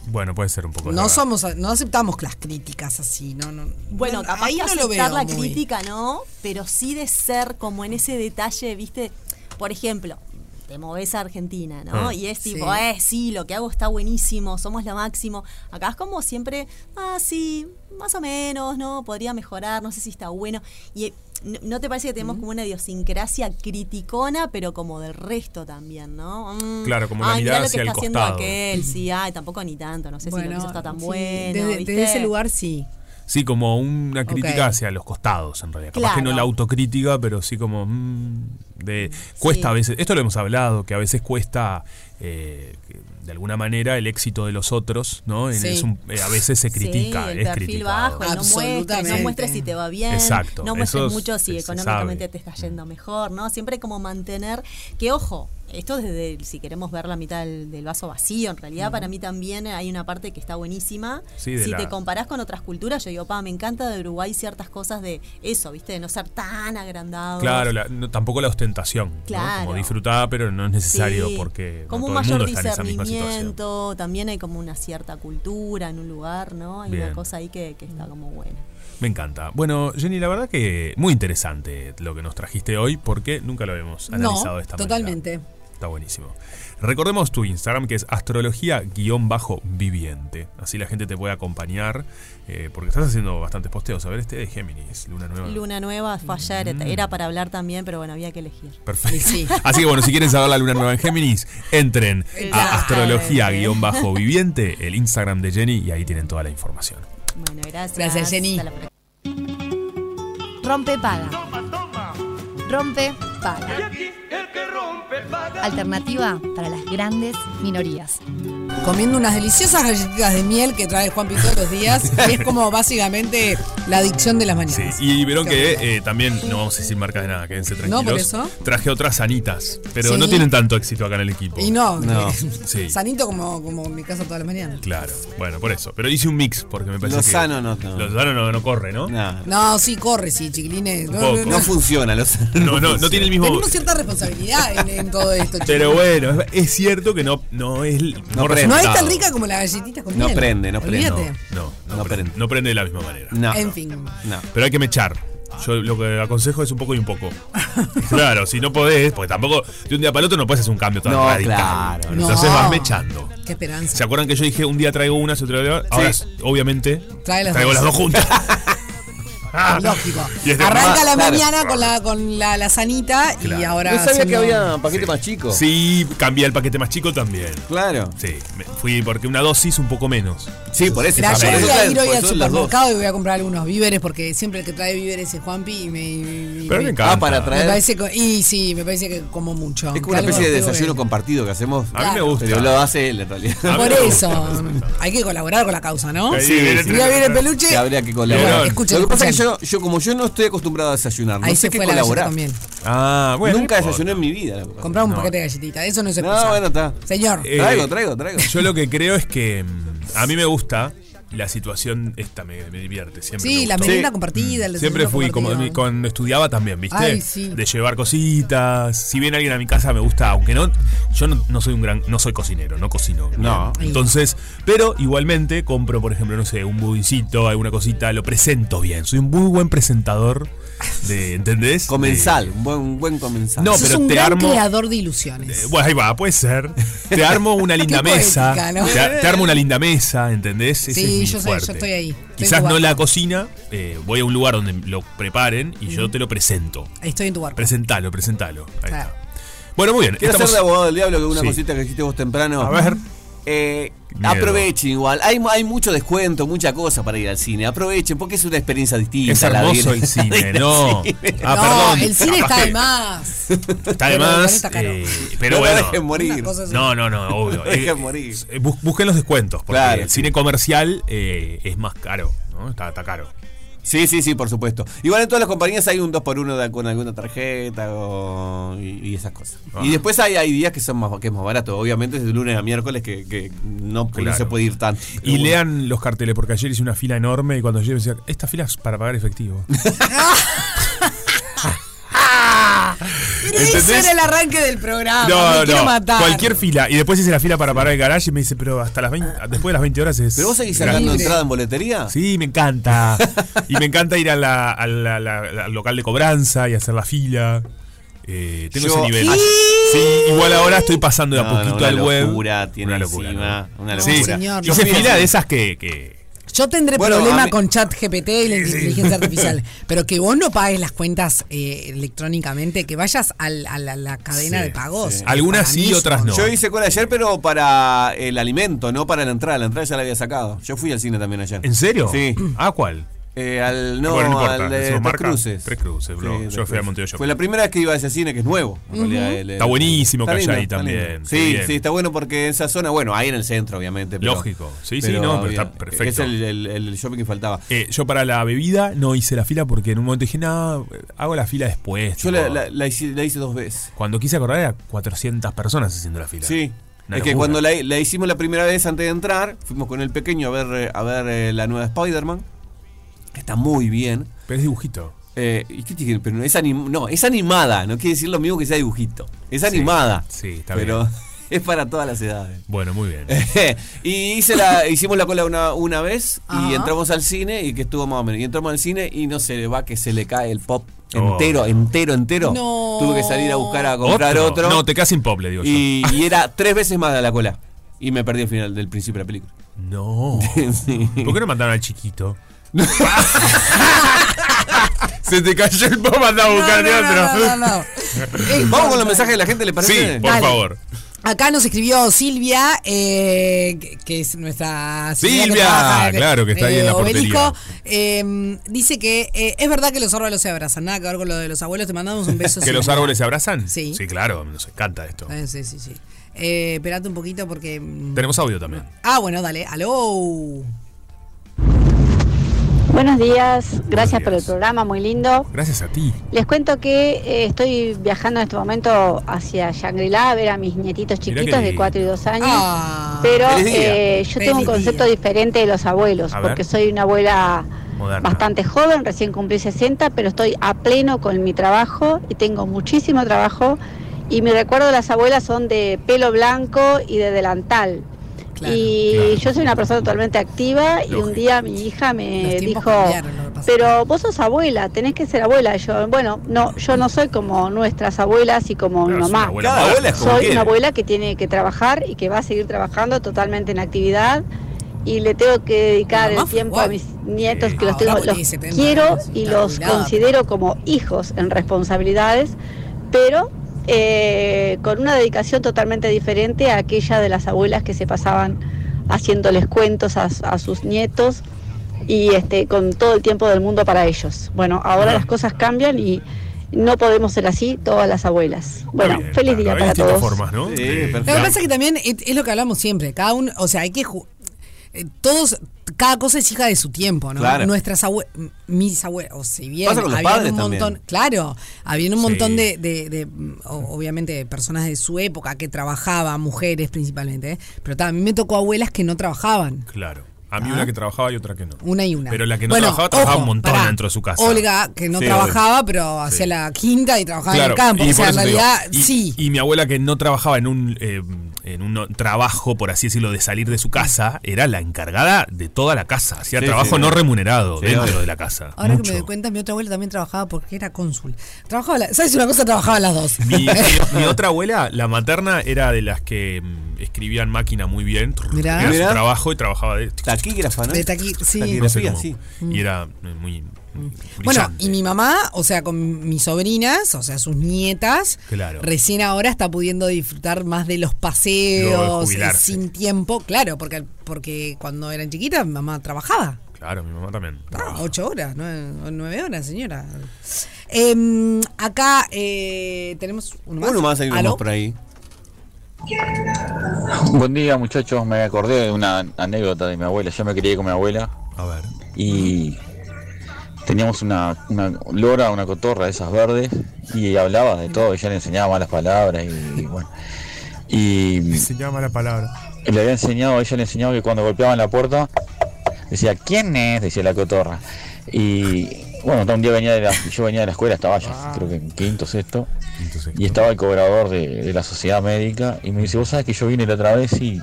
Bueno, puede ser un poco. Pues es No verdad. somos, no aceptamos las críticas así, no, no. Bueno, no, capaz ahí que no aceptar lo veo la muy. crítica, ¿no? Pero sí de ser como en ese detalle, ¿viste? Por ejemplo, te moves a Argentina, ¿no? Ah. y es Sí. tipo, eh, sí, lo que hago está buenísimo, somos lo máximo. Acá es como siempre, ah, sí, más o menos, ¿no? Podría mejorar, no sé si está bueno. Y eh, ¿no- ¿no te parece que Mm. tenemos como una idiosincrasia criticona, pero como del resto también, ¿no? Mm, Claro, como una ay, mirá mirada lo hacia que el está costado. haciendo aquel, *laughs* sí, ay, tampoco ni tanto, no sé si lo que hizo está tan sí, bueno. Desde, ¿viste? desde ese lugar sí. Sí, como una crítica Ok. hacia los costados, en realidad. Capaz que no Claro. la autocrítica, pero sí como. mm, de, cuesta Sí. a veces. Esto lo hemos hablado, que a veces cuesta. eh, que de alguna manera el éxito de los otros, ¿no? En- Sí. es un- eh, a veces se critica, sí, el es perfil criticado. bajo, el no muestres, no Absolutamente. muestres si te va bien, Exacto, no muestres eso mucho si se- se económicamente sabe. Mm. te está yendo mejor, ¿no? Siempre como mantener que ojo, esto desde el- si queremos ver la mitad del, del vaso vacío, en realidad para mí también hay una parte que está buenísima. Sí, de si la- te comparás con otras culturas, yo digo, pa, me encanta de Uruguay ciertas cosas de eso, ¿viste? De no ser tan agrandado. Claro, la- no, tampoco la ostentación. ¿no? Como Claro. disfrutada, pero no es necesario porque no como un todo el mayor mundo está en esa misma situación. discernimiento, también hay como una cierta cultura en un lugar, ¿no? Hay Bien. una cosa ahí que, que está como buena. Me encanta. Bueno, Jenny, la verdad que muy interesante lo que nos trajiste hoy porque nunca lo habíamos analizado No, de esta manera. totalmente. Está buenísimo. Recordemos tu Instagram que es astrología-viviente. Así la gente te puede acompañar eh, porque estás haciendo bastantes posteos. A ver, este de Géminis, Luna Nueva. Luna Nueva fue ayer, era para hablar también, pero bueno, había que elegir. Perfecto. Sí. Así que bueno, si quieren saber la luna nueva en Géminis, entren a Exactamente. astrología-viviente, el Instagram de Jenny, y ahí tienen toda la información. Bueno, gracias. Gracias, Jenny. Hasta la próxima. Rompe paga. Rompe paga. Alternativa para las grandes minorías. Comiendo unas deliciosas galletitas de miel que trae Juan todos los *laughs* días. y es como básicamente la adicción de las Sí, mañanas. y vieron Qué horror. que eh, también, no vamos a decir marcas de nada, quédense tranquilos. No, por eso. Traje otras sanitas, pero Sí. no tienen tanto éxito acá en el equipo. Y no, No, sí. *laughs* sanito como, como en mi casa todas las mañanas. Claro, bueno, por eso. Pero hice un mix, porque me parece Lozano que... no, no. Lozano no, no corre, ¿no? Nah, No, sí, corre, sí, chiquilines. No, poco. no, no. no funciona, los No, no, no tiene el mismo... Tenemos cierta responsabilidad en, en todo esto, chiquilines. Pero bueno, es, es cierto que no, no es... No, prende. No es resultado. tan rica como las galletitas con No miel. prende, no prende. No, Olvídate. no, no, No prende. prende. no prende de la misma manera. No, En no, fin. no. Pero hay que mechar. Yo lo que aconsejo es un poco y *laughs* un poco. claro, si no podés, porque tampoco de un día para el otro no puedes hacer un cambio tan No, radical. claro, no. Entonces No. vas mechando. Qué ¿Se esperanza. acuerdan que yo dije un día traigo unas y otro día traigo Ahora, Sí. obviamente, Trae las traigo dos. las dos *laughs* juntas. *laughs* Lógico. Y es *laughs* de Arranca verdad. la claro. mañana con la, con la lasanita y Claro. ahora. No sabía que haciendo- había paquete más chico. Sí, cambié el paquete más chico también. Claro. Sí, me- fui porque una dosis un poco menos. Sí, por eso. Mirá, por yo eso voy a traen- ir hoy pues por al eso las dos. supermercado y voy a comprar algunos víveres porque siempre el que trae víveres es Juanpi y me. y Pero me me- encanta. Ah, para me traer. parece co- y sí, me parece que como mucho. Es como una Algo especie de tengo que- desayuno compartido que hacemos. A mí me gusta. Pero lo hace él en A realidad. mí Por me eso, gusta. hay que colaborar con la causa, ¿no? Ahí Mira, viene, viene el viene. peluche. Que habría que Pero, colaborar. escuchen, lo que pasa es que escuchen. yo, yo, como yo no estoy acostumbrado a desayunar, no Ahí sé se qué fue la galleta colaborar. con miel. Ah, bueno. Nunca no desayuné importa. en mi vida. lo que pasa. Compraba un No. paquete de galletitas, eso no se No, excusa. bueno, está. Señor, Eh, Traigo, traigo, traigo. Yo lo que creo es que mm, a mí me gusta la situación esta, me, me divierte siempre. sí, me la gustó. merienda Sí. compartida. el Siempre desayuno fui, como compartido. cuando estudiaba también, ¿viste? Ay, sí. De llevar cositas. Si viene alguien a mi casa me gusta, aunque no, yo no, no soy un gran, no soy cocinero, no cocino. No. Entonces, pero igualmente compro, por ejemplo, no sé, un budincito, alguna cosita, lo presento bien. Soy un muy buen presentador de, ¿entendés? Comensal, un buen, un buen comensal. No, Sos pero un te gran armo- creador de Eh, ilusiones. Bueno, ahí va, puede ser. Te *laughs* armo una linda Qué mesa. poética, ¿no? te, te armo una linda mesa, ¿entendés? Ese Sí, es mi yo soy- yo fuerte. estoy ahí. Estoy en Quizás tu no barco. la cocina, eh, voy a un lugar donde lo preparen y yo te lo presento. Estoy en tu barco. Presentalo, presentalo. Ahí Claro. está. Bueno, muy bien. Quiero estamos- ser de abogado del diablo que una Sí. cosita que dijiste vos temprano. A ver. Eh, Miedo. aprovechen igual. Hay, hay mucho descuento, mucha cosa para ir al cine. Aprovechen porque es una experiencia distinta. Es la de hermoso ir- el cine, la *laughs* de ir al no. cine. Ah, perdón. el cine capaz está de que- más. Está de Pero igual más, está caro. eh, pero No la bueno. dejen morir. *laughs* Una cosa así. No, no, no, obvio. No la *laughs* dejen morir. eh, bus- busquen los descuentos, porque Claro, el sí. cine comercial eh, es más caro, ¿no? Está, está caro. Sí, sí, sí, por supuesto. Igual en todas las compañías hay un 2x1 de- con alguna tarjeta o- y, y esas cosas. Ah. Y después hay, hay días que son más, que es más barato. Obviamente es de lunes a miércoles que, que no, no Claro. se puede ir tanto. Y lean los carteles, porque ayer hice una fila enorme y cuando llegué me decía, esta fila es para *laughs* pagar efectivo. Pero Ah. ese era el arranque del programa. Ah, me No, quiero no, matar. cualquier fila. Y después hice la fila para parar el garage y me dice, pero hasta las 20, Ah. después de las 20 horas es... ¿Pero vos seguís gratis". sacando Libre. entrada en boletería? Sí, *laughs* me encanta. y me encanta ir a la- a la- la- la- al local de cobranza y hacer la fila. Eh, tengo Yo- ese nivel. Ay. Sí, igual ahora estoy pasando de a No, no, poquito una al web. locura tiene encima, una Sí, locura. Señor, hice no. fila de esas que... que- Yo tendré Bueno, a problema mí- con chat GPT y la inteligencia *laughs* artificial, pero que vos no pagues las cuentas eh, electrónicamente, que vayas al- a la, la cadena Sí, de pagos. sí. Algunas Eh, Para sí, mí es otras un- no. Yo hice cola ayer, pero para el alimento, no para la entrada. La entrada ya la había sacado. Yo fui al cine también ayer. ¿En serio? Sí. ¿A cuál? Eh, al, no, Bueno, no importa, al de ¿eso Tres marca? Cruces. Tres Cruces, bro. Yo Tres fui a Cruces. Montevideo Shopping. Fue la primera vez que iba a ese cine, que es nuevo. en realidad, el- Está el- buenísimo que haya ahí está también, lindo. qué Sí, bien. sí, está bueno porque esa zona, bueno, ahí en el centro, obviamente. pero- eh, Lógico. Sí, sí, no, pero está perfecto. Es el, el- el shopping que faltaba. Eh, yo para la bebida no hice la fila porque en un momento dije, no, hago la fila después. Yo tipo". la, la- la hice, la hice dos veces. Cuando quise acordar, era 400 personas haciendo la fila. Sí. Una es que locura. cuando la, la hicimos la primera vez antes de entrar, fuimos con el pequeño a ver, eh, a ver eh, la nueva Spider-Man. que Está muy bien. Pero es dibujito. Eh, ¿y qué tiene? Pero es anim- no, es animada, no quiere decir lo mismo que sea dibujito. Es animada. sí, está pero bien. *laughs* es para todas las edades. *laughs* Bueno, muy bien. y hice la, hicimos la cola una, una vez y Ajá. entramos al cine y que estuvo más o menos. Y entramos al cine y no se le va que se le cae el pop Oh. entero, entero, entero. No. Tuve que salir a buscar a comprar otro. No, te quedas sin pop, le digo y, y era tres veces más de la cola. Y me perdí el final del principio de la película. yo. No. *laughs* Sí. ¿Por qué no mandaron *laughs* al chiquito? Se te cayó el pop, anda a No, buscar no, no, otro. no, no. Es Vamos con por- los mensajes de la gente, ¿le Sí, parece? por Dale. favor. Acá nos escribió Silvia, eh, que- que es nuestra... señora Silvia, trabaja en- claro, que está ahí en la portería. eh, dice que eh, es verdad que los árboles se abrazan, nada que ver con lo de los abuelos, te mandamos un beso. *laughs* ¿Que los Silvia. árboles se abrazan? Sí. Sí, claro, nos encanta esto. Eh, sí, sí, sí. Eh, esperate un poquito porque... mm, Tenemos audio también. Ah, bueno, dale. Aló. Buenos días, gracias días. por el programa, muy lindo. Gracias a ti. Les cuento que eh, estoy viajando en este momento hacia Shangri-La a ver a mis nietitos Mirá qué chiquitos de lindo. 4 y 2 años. Ah. pero Feliz día. eh, yo tengo un Feliz concepto día. diferente de los abuelos, A ver. porque soy una abuela Moderna. bastante joven, recién cumplí 60, pero estoy a pleno con mi trabajo y tengo muchísimo trabajo. Y mi recuerdo de las abuelas son de pelo blanco y de delantal. Claro, y claro. yo soy una persona totalmente activa y Lógico. un día mi hija Los me tiempos dijo, cambiaron, lo que pasa. pero vos sos abuela, tenés que ser abuela. Y Yo, bueno, no, yo no soy como nuestras abuelas y como Claro, mi es una mamá. abuela Cada moderna. abuela es como Soy quiere. una abuela que tiene que trabajar y que va a seguir trabajando totalmente en actividad y le tengo que dedicar Mamá el fue tiempo igual. a mis nietos Sí. que los, Ahora tengo, boludo, los 70 quiero años, y está los jubilada, considero como hijos en responsabilidades, pero eh, con una dedicación totalmente diferente a aquella de las abuelas que se pasaban haciéndoles cuentos a, a sus nietos y este, con todo el tiempo del mundo para ellos. Bueno, ahora las cosas cambian y no podemos ser así todas las abuelas. Bueno, Está bien, feliz claro, día hay para distintas todos. formas, ¿no? Sí, De- perfecto. Lo que pasa es que también es, es lo que hablamos siempre. Cada uno, o sea, hay que. ju- eh, Todos, cada cosa es hija de su tiempo, ¿no? Claro. Nuestras abuelas, mis abuelas, o si bien Pasa con los habían padres un montón, también. claro, había un montón Sí. de, de- de, mm, o- obviamente, de personas de su época que trabajaban, mujeres principalmente, ¿eh? pero también me tocó abuelas que no trabajaban. Claro. A mí Ah. una que trabajaba y otra que no. Una y una. Pero la que no Bueno, trabajaba, trabajaba ojo, un montón pará. dentro de su casa. Olga, que no Sí, trabajaba, pero hacía Sí. la quinta y trabajaba en Claro, el campo. y O sea, por en eso te digo, realidad, y- sí. Y mi abuela que no trabajaba en un, eh, en un no- trabajo, por así decirlo, de salir de su casa, era la encargada de toda la casa. Hacía Sí, trabajo sí. no remunerado Sí, dentro obvio. de la casa. Ahora que Mucho. me doy cuenta, mi otra abuela también trabajaba porque era cónsul. Trabajaba la- ¿Sabes una cosa? Trabajaba las dos. *laughs* Mi, mi- mi otra abuela, la materna, era de las que mm, escribían máquina muy bien. Mirá. Era su Mirá. trabajo y trabajaba de... Taquígrafa, ¿no? De taqui- sí. Mm. no sé Taquigrafía, cómo. sí. Y era eh, muy Bueno, brillante. y mi mamá, o sea, con mis sobrinas, o sea, sus nietas, Claro. recién ahora está pudiendo disfrutar más de los Luego de paseos, jubilarse. sin tiempo, claro, porque, porque cuando eran chiquitas mi mamá trabajaba. Claro, mi mamá también. Ah, ocho horas, nueve, o nueve horas, señora. Em, acá eh, tenemos uno más. Ah, Uno más hay uno ¿Aló? más por ahí. Buen día, muchachos. Me acordé de una anécdota de mi abuela. Yo me crié con mi abuela. A ver. Y teníamos una, una lora, una cotorra de esas verdes. Y hablaba de todo. Ella le enseñaba malas palabras. Y, y bueno. Y Enseñaba la palabra. le había enseñado, ella le enseñaba que cuando golpeaban la puerta, decía, ¿quién es? Decía la cotorra. Y bueno, un día venía de la, yo venía de la escuela, estaba ya, creo que en quinto, sexto, y estaba el cobrador de, de la sociedad médica, y me dice, vos sabés que yo vine la otra vez y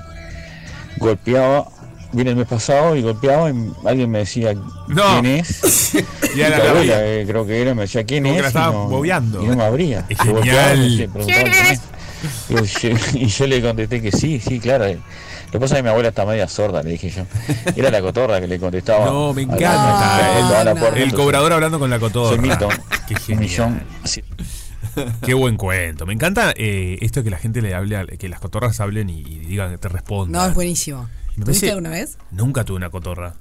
golpeaba, vine el mes pasado y golpeaba, y alguien me decía, ¿quién es? *laughs* Y era tu la abuela, mía. eh, creo que era, me decía, ¿quién Como es? que la Y estaba no- bobeando. Y no me abría. Es Y golpeaba, genial. y le preguntaba, ¿Quién "¿Quién es?". Y yo, *laughs* y yo le contesté que sí, sí, claro. Lo que pasa es que mi abuela está media sorda, le dije yo. Era la cotorra que le contestaba. No, me Oh, a la- encanta. a la- El- a la Ah, el puerta, entonces, cobrador hablando con la cotorra. Soy Milton. *laughs* Qué genial. Qué buen cuento. Me encanta eh, esto que la gente le hable, a- que las cotorras hablen y, y digan que te respondan. No, es buenísimo. Me ¿Tuviste parece- alguna vez? Mm. Nunca tuve una cotorra.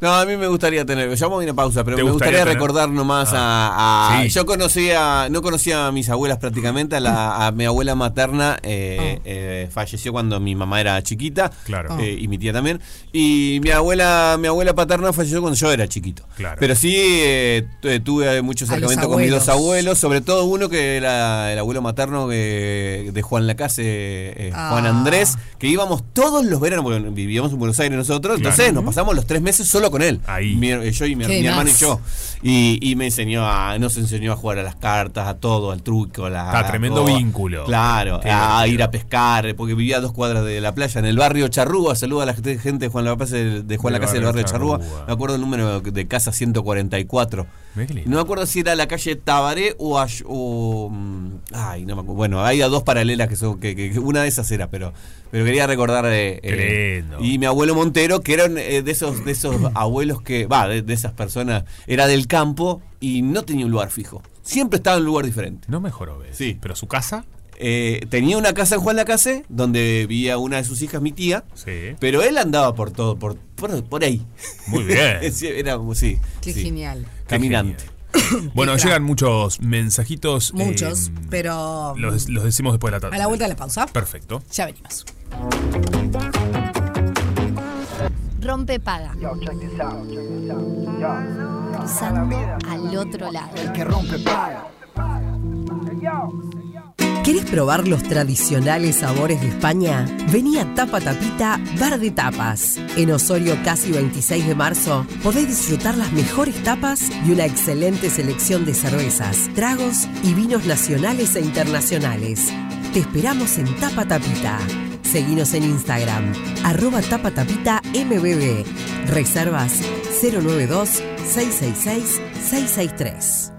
No, a mí me gustaría tener. Ya vamos a ir a pausa, pero ¿Te me gustaría, gustaría tener? recordar nomás Ah. a. a- Sí. Yo conocía, no conocía a mis abuelas prácticamente. A, la- a mi abuela materna eh, eh, falleció cuando mi mamá era chiquita. Ah. Claro. eh, y mi tía también. Y mi abuela, mi abuela paterna falleció cuando yo era chiquito. Claro. Pero sí eh, tu- tuve mucho A acercamiento los con mis abuelos. dos abuelos, sobre todo uno que era el abuelo materno eh, de Juan Lacase, eh, Juan Ah. Andrés, que íbamos todos los veranos, porque vivíamos en Buenos Aires nosotros, entonces nos pasamos los tres meses solo con él. Mi- eh, yo y mi, Qué mi hermano y más. yo. Y, y me enseñó a, nos enseñó a jugar a las cartas, a todo, al truco, a la. Está, tremendo a- vínculo. Claro, Qué a ir a pescar, porque vivía a dos cuadras de la playa, en el barrio Charrúa. Saluda a la gente gente de Juan La Paz, de de Juan Del La Casa del barrio barrio Charrúa. Me acuerdo el número de casa 144. Mirá qué lindo. No me acuerdo si era la calle Tabaré o, Ay- o, mm, ay, no me acuerdo. Bueno, hay dos paralelas que son que, que- que una de esas era, pero pero quería recordar eh, Qué eh, lindo. y mi abuelo Montero que eran eh, de esos de *coughs* esos abuelos que va de, de esas personas era del campo y no tenía un lugar fijo. Siempre estaba en un lugar diferente. Eh, No mejoró, ¿ves? Sí. Pero su casa. tenía una casa en Juan Lacase, donde vivía una de sus hijas, mi tía. Sí. Pero él andaba por todo, por, por, por ahí. Muy bien. *laughs* Sí, era como, sí. Qué sí. genial. Caminante. *coughs* Bueno, llegan muchos mensajitos. eh, Muchos, pero los, los decimos después de la tarde. a la vuelta de la pausa. Perfecto. Ya venimos. Rompe paga. Cruzando al otro lado. ¿Querés probar los tradicionales sabores de España? Vení a Tapa Tapita Bar de Tapas. En Osorio, casi 26 de marzo, podés disfrutar las mejores tapas y una excelente selección de cervezas, tragos y vinos nacionales e internacionales. Te esperamos en Tapa Tapita. Seguinos en Instagram, arroba tapatapita mbb. Reservas 092-666-663.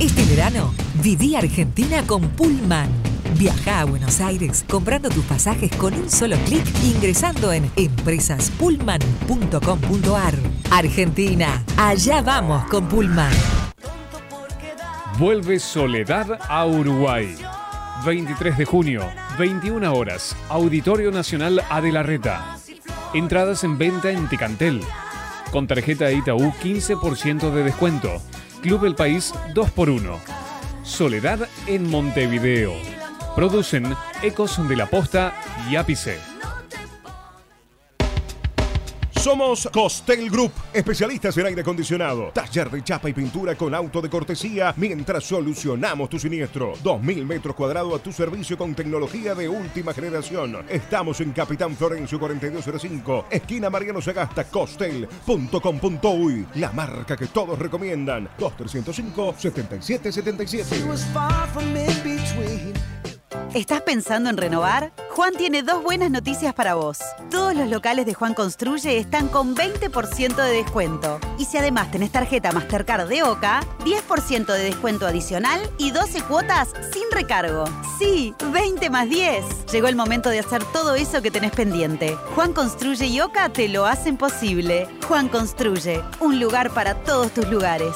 Este verano, viví Argentina con Pullman. Viaja a Buenos Aires comprando tus pasajes con un solo clic ingresando en empresaspullman.com.ar. Argentina, allá vamos con Pullman. Vuelve Soledad a Uruguay. 23 de junio, 21 horas, Auditorio Nacional Adelarreta. Entradas en venta en Ticantel. Con tarjeta Itaú 15% de descuento. Club El País 2x1. Soledad en Montevideo. Producen Ecos de la Posta y Ápice. Somos Costel Group, especialistas en aire acondicionado, taller de chapa y pintura con auto de cortesía mientras solucionamos tu siniestro. 2.000 metros cuadrados a tu servicio con tecnología de última generación. Estamos en Capitán Florencio 4205, esquina Mariano Sagasta, costel.com.uy, la marca que todos recomiendan. 2305-7777. ¿Estás pensando en renovar? Juan tiene dos buenas noticias para vos. Todos los locales de Juan Construye están con 20% de descuento. Y si además tenés tarjeta Mastercard de OCA, 10% de descuento adicional y 12 cuotas sin recargo. Sí, 20 más 10. Llegó el momento de hacer todo eso que tenés pendiente. Juan Construye y OCA te lo hacen posible. Juan Construye, un lugar para todos tus lugares.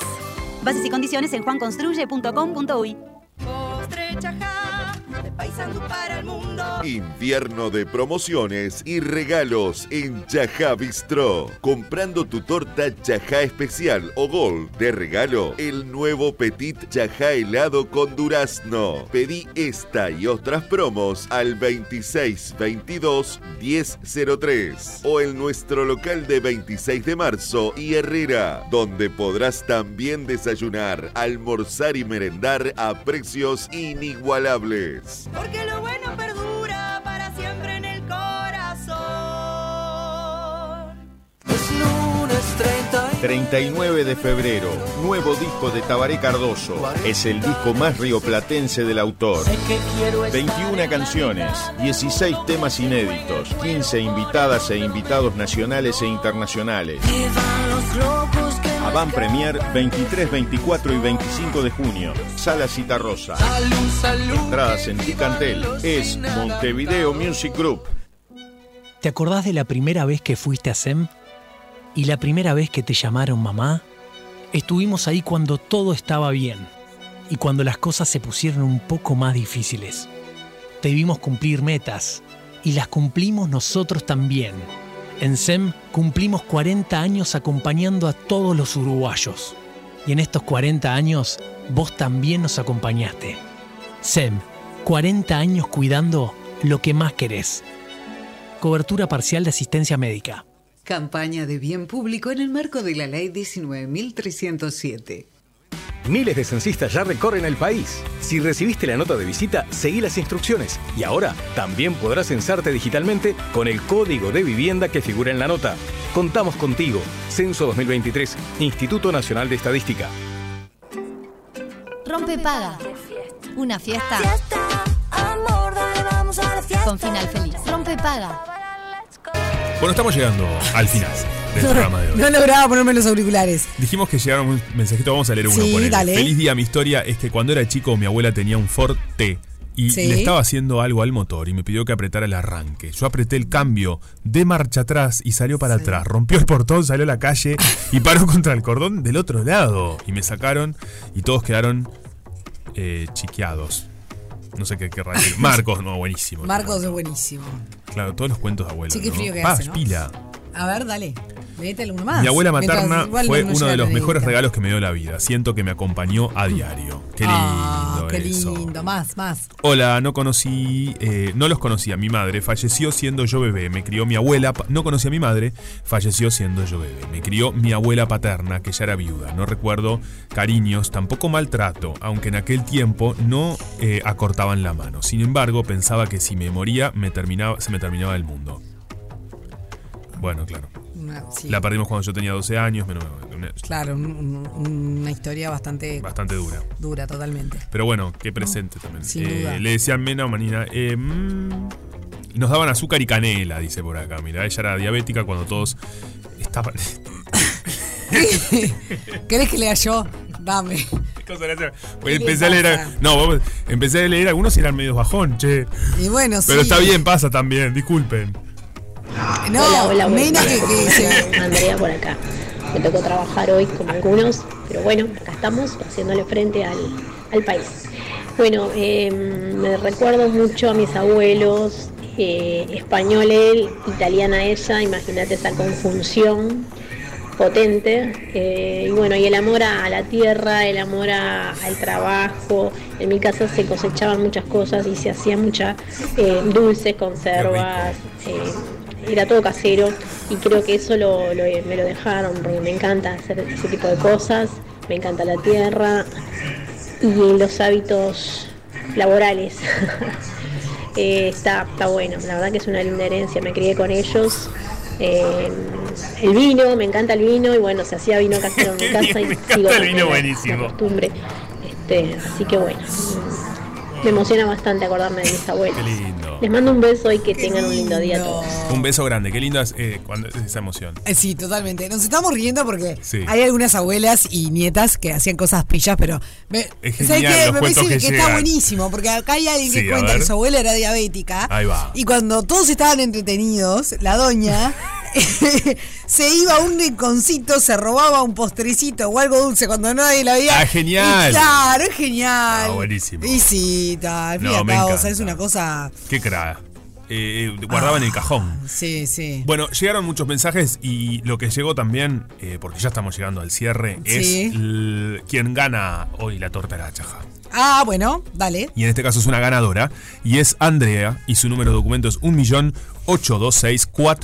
Bases y condiciones en juanconstruye.com.uy. Invierno de promociones y regalos en Chajá Bistro. Comprando tu torta Chajá Especial o Gol de regalo, el nuevo Petit Chajá helado con durazno. Pedí esta y otras promos al 2622 1003 o en nuestro local de 26 de marzo y Herrera, donde podrás también desayunar, almorzar y merendar a precios inigualables. Porque lo bueno perdura para siempre en el corazón. Es lunes 30 39 de febrero, nuevo disco de Tabaré Cardoso. Es el disco más rioplatense del autor. que quiero estar 21 canciones, 16 temas inéditos, 15 invitadas e invitados nacionales e internacionales. Llevan los locos que Avant Premier 23, 24 y 25 de junio, Sala Citarrosa. Salud, salud. Entradas en Ticantel, es Montevideo Music Group. ¿Te acordás de la primera vez que fuiste a SEM? ¿Y la primera vez que te llamaron mamá? Estuvimos ahí cuando todo estaba bien y cuando las cosas se pusieron un poco más difíciles. Te vimos cumplir metas y las cumplimos nosotros también. En SEM cumplimos 40 años acompañando a todos los uruguayos. Y en estos 40 años vos también nos acompañaste. SEM, 40 años cuidando lo que más querés. Cobertura parcial de asistencia médica. Campaña de bien público en el marco de la ley 19.307. Miles de censistas ya recorren el país. Si recibiste la nota de visita, seguí las instrucciones y ahora también podrás censarte digitalmente con el código de vivienda que figura en la nota. Contamos contigo. Censo 2023, Instituto Nacional de Estadística. Rompe paga. Una fiesta. Con final feliz. Rompe paga. Bueno, estamos llegando al final del programa de hoy. No lograba ponerme los auriculares. Dijimos que llegaron un mensajito, vamos a leer uno. Sí, ponele. dale. Feliz día, mi historia es que cuando era chico mi abuela tenía un Ford T y Sí. le estaba haciendo algo al motor y me pidió que apretara el arranque. Yo apreté el cambio de marcha atrás y salió para atrás. Rompió el portón, salió a la calle y paró *laughs* contra el cordón del otro lado. Y me sacaron y todos quedaron eh, chiqueados. No sé qué querrá *laughs* decir. Marcos, no, buenísimo. Marcos es buenísimo. Claro, todos los cuentos de abuela. Sí, qué ¿no? frío que Paz, hace, ¿no? pila. A ver, dale. Léete alguno más. Mi abuela Ah, Mientras- materna igual fue no uno llega de los la mejores dedita. regalos que me dio la vida. Siento que me acompañó a diario. Qué lindo Ah, qué eso. lindo. Más, más. Hola, no conocí, eh, no los conocía. Mi madre falleció siendo yo bebé. Me crió mi abuela. pa- No conocí a mi madre. Falleció siendo yo bebé. Me crió mi abuela paterna, que ya era viuda. No recuerdo cariños, tampoco maltrato, aunque en aquel tiempo no eh, acortaban la mano. Sin embargo, pensaba que si me moría, me terminaba, se me terminaba el mundo. Bueno, claro. Una- sí. La perdimos cuando yo tenía 12 años. menos- Claro, un- un- una historia bastante. Bastante dura. Dura, totalmente. Pero bueno, qué presente también. Sin Eh, duda. Le decían Mena o Manina. eh, mm, nos daban azúcar y canela, dice por acá. Mira, ella era diabética cuando todos estaban. *laughs* ¿Querés que lea yo? *laughs* Dame. ¿Qué Pues empecé a le leer. pasa? a- No, vos- empecé a leer algunos y eran medios bajón, che. Y bueno, sí. Pero está bien, pasa también, disculpen. No, Hola, hola, buen Mena, día. que- que *laughs* se- Andrea por acá. Me tocó trabajar hoy como algunos, pero bueno, acá estamos haciéndole frente al, al país. Bueno, eh, me recuerdo mucho a mis abuelos, eh, español él, italiana ella, imagínate esa conjunción potente. eh, y bueno, y el amor a la tierra, el amor a- al trabajo. En mi casa se cosechaban muchas cosas y se hacían muchas eh, dulces, conservas. eh, era todo casero y creo que eso lo, lo- me lo dejaron, porque me encanta hacer ese tipo de cosas, me encanta la tierra y los hábitos laborales. *laughs* Eh, está, está bueno, la verdad que es una linda herencia, me crié con ellos. Eh, el vino, me encanta el vino y bueno, se hacía vino *laughs* casero en mi casa y sigo Está el con vino la buenísimo. costumbre. Este, así que bueno, Me emociona bastante acordarme de mis abuelos. Qué lindo. Les mando un beso y que tengan un lindo día a todos. Un beso grande. Qué lindo es eh, cuando es esa emoción. Eh, Sí, totalmente. Nos estamos riendo porque Sí. hay algunas abuelas y nietas que hacían cosas pillas, pero me, Es ¿sabes genial qué? los me parece cuentos que, que está llegan. buenísimo, porque acá hay alguien Sí, que a cuenta que ver. su abuela era diabética. Ahí va. Y cuando todos estaban entretenidos, la *laughs* doña se iba a un rinconcito, se robaba un postrecito o algo dulce cuando nadie la veía. Ah, genial. Y claro, es genial. Ah, buenísimo. Y sí, tal, No, me encanta. es una cosa. Qué cra. Eh, eh, guardaba Ah. en el cajón. Sí, sí. Bueno, llegaron muchos mensajes y lo que llegó también, eh, porque ya estamos llegando al cierre, Sí. es l- quien gana hoy la torta de la chaja. Ah, bueno, dale. Y en este caso es una ganadora y es Andrea y su número de documento es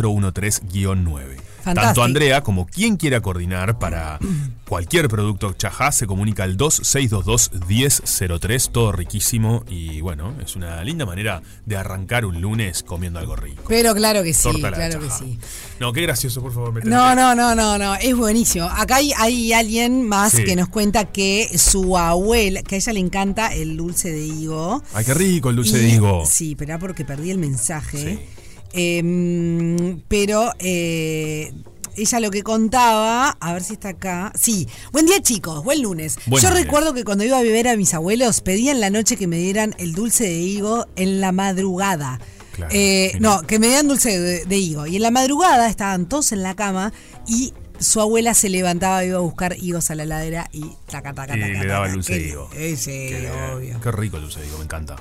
1.826.413-9. Tanto Fantástico. Andrea como quien quiera coordinar para cualquier producto Chajá se comunica al 2622-1003, todo riquísimo y bueno, es una linda manera de arrancar un lunes comiendo algo rico. Pero claro que sí, Torta a la claro que Chajá. sí. No, qué gracioso, por favor. me No, no, no, no, no, es buenísimo. Acá hay, hay alguien más Sí. que nos cuenta que su abuela, que a ella le encanta el dulce de higo. Ay, qué rico el dulce Y- de higo. Sí, pero era porque perdí el mensaje. Em, pero eh, ella lo que contaba, a ver si está acá. Sí, buen día chicos, buen lunes. Buen Yo día. recuerdo que cuando iba a vivir a mis abuelos, pedía en la noche que me dieran el dulce de higo en la madrugada. Claro, Eh, no, que me dieran dulce de, de higo. Y en la madrugada estaban todos en la cama y su abuela se levantaba, iba a buscar higos a la ladera y taca, taca, Y taca. le daba el dulce de higo. Ese, obvio. Qué rico el dulce de higo, me encanta.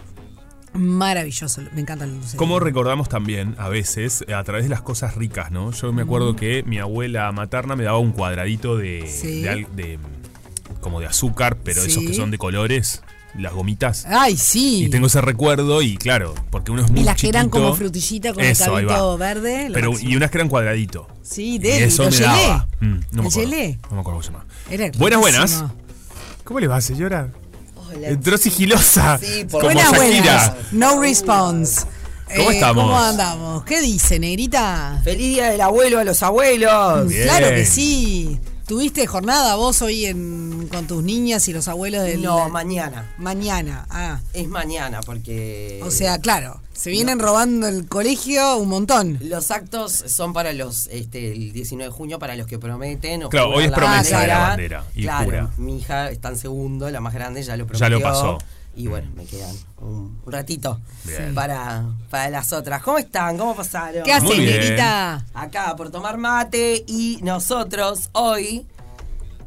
Maravilloso, me encanta el dulce de Como higo. recordamos también a veces eh, a través de las cosas ricas, ¿no? Yo me acuerdo Mm. que mi abuela materna me daba un cuadradito de, Sí. de al- de, mm, como de azúcar, pero esos Sí. que son de colores, las gomitas. Ay, sí. Y tengo ese recuerdo y claro, porque unos muy Y las que eran chiquito. como frutillita con Eso, ahí el va. cabito verde. lo Pero, máximo. y unas que eran cuadradito. sí, y de eso lo me gelé. daba. Mm, no me ¿El acuerdo. gelé? No me acuerdo cómo se llama. Era Buenas, buenas. riquísimo. ¿Cómo le va, señora? Entró sigilosa. *laughs* Sí, por como buenas, Shakira. buenas. No response. Eh, ¿Cómo estamos? ¿Cómo andamos? ¿Qué dice, negrita? Mm, Feliz día del abuelo a los abuelos. Bien. Claro que sí. ¿Tuviste jornada vos hoy en, con tus niñas y los abuelos del. No, mañana. Eh. Mañana, ah. Es mañana porque... O sea, claro, se vienen robando el colegio un montón. Los actos son para los, este, el 19 de junio, para los que prometen. o Claro, juran hoy es la promesa de la bandera y claro, jura. mi hija está en segundo, la más grande, ya lo prometió. Ya lo pasó. Y bueno, me quedan un un ratito Bien. para, para las otras. ¿Cómo están? ¿Cómo pasaron? ¿Qué Muy hacen, bien. negrita? Acá por tomar mate y nosotros hoy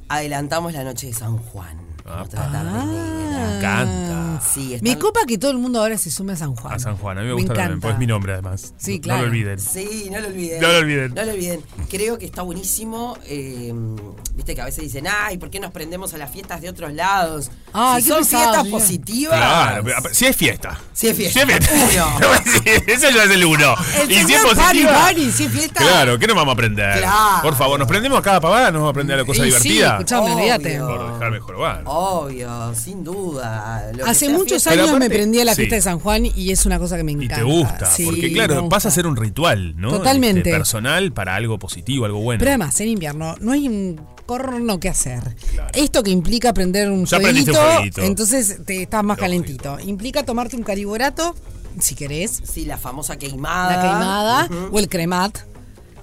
adelantamos la noche de San Juan. Ah, Otra tarde Ah. negra. Me encanta. Sí, Me copa que todo el mundo ahora se sume a San Juan. A San Juan, a mí me gusta también, encanta. porque es mi nombre además. Sí, No- claro. No lo olviden. Sí, no lo olviden. No lo olviden. No lo olviden. Creo que está buenísimo. eh, Viste que a veces dicen, ay, ¿por qué nos prendemos a las fiestas de otros lados? Ah, si qué son pesado, fiestas Julián. positivas. Claro, pero- si es fiesta. Si es fiesta. *laughs* *laughs* Eso ya es el uno. El y si es señor Pari positiva. Pari, si es fiesta. Claro, ¿qué nos vamos a aprender? Claro. Por favor, ¿nos prendemos a cada pavada? ¿Nos vamos a aprender a la cosa Y sí, divertida? escuchame, olvídate. Por dejarme jorobar. Obvio, sin duda. Lo que Hace sea muchos fiesta. años Pero me aparte- prendí a la Sí. fiesta de San Juan y es una cosa que me Y encanta. te gusta, Sí, porque me claro, gusta. vas a hacer un ritual, ¿no? Totalmente. Este, personal para algo positivo, algo bueno. Pero además, en invierno no hay un corno que hacer. Esto que implica prender un Ya prendiste fueguito, un fueguito. entonces te estás más calentito. Implica tomarte un cariborato, si querés, Sí, la famosa queimada. la queimada Ujú. o el cremat.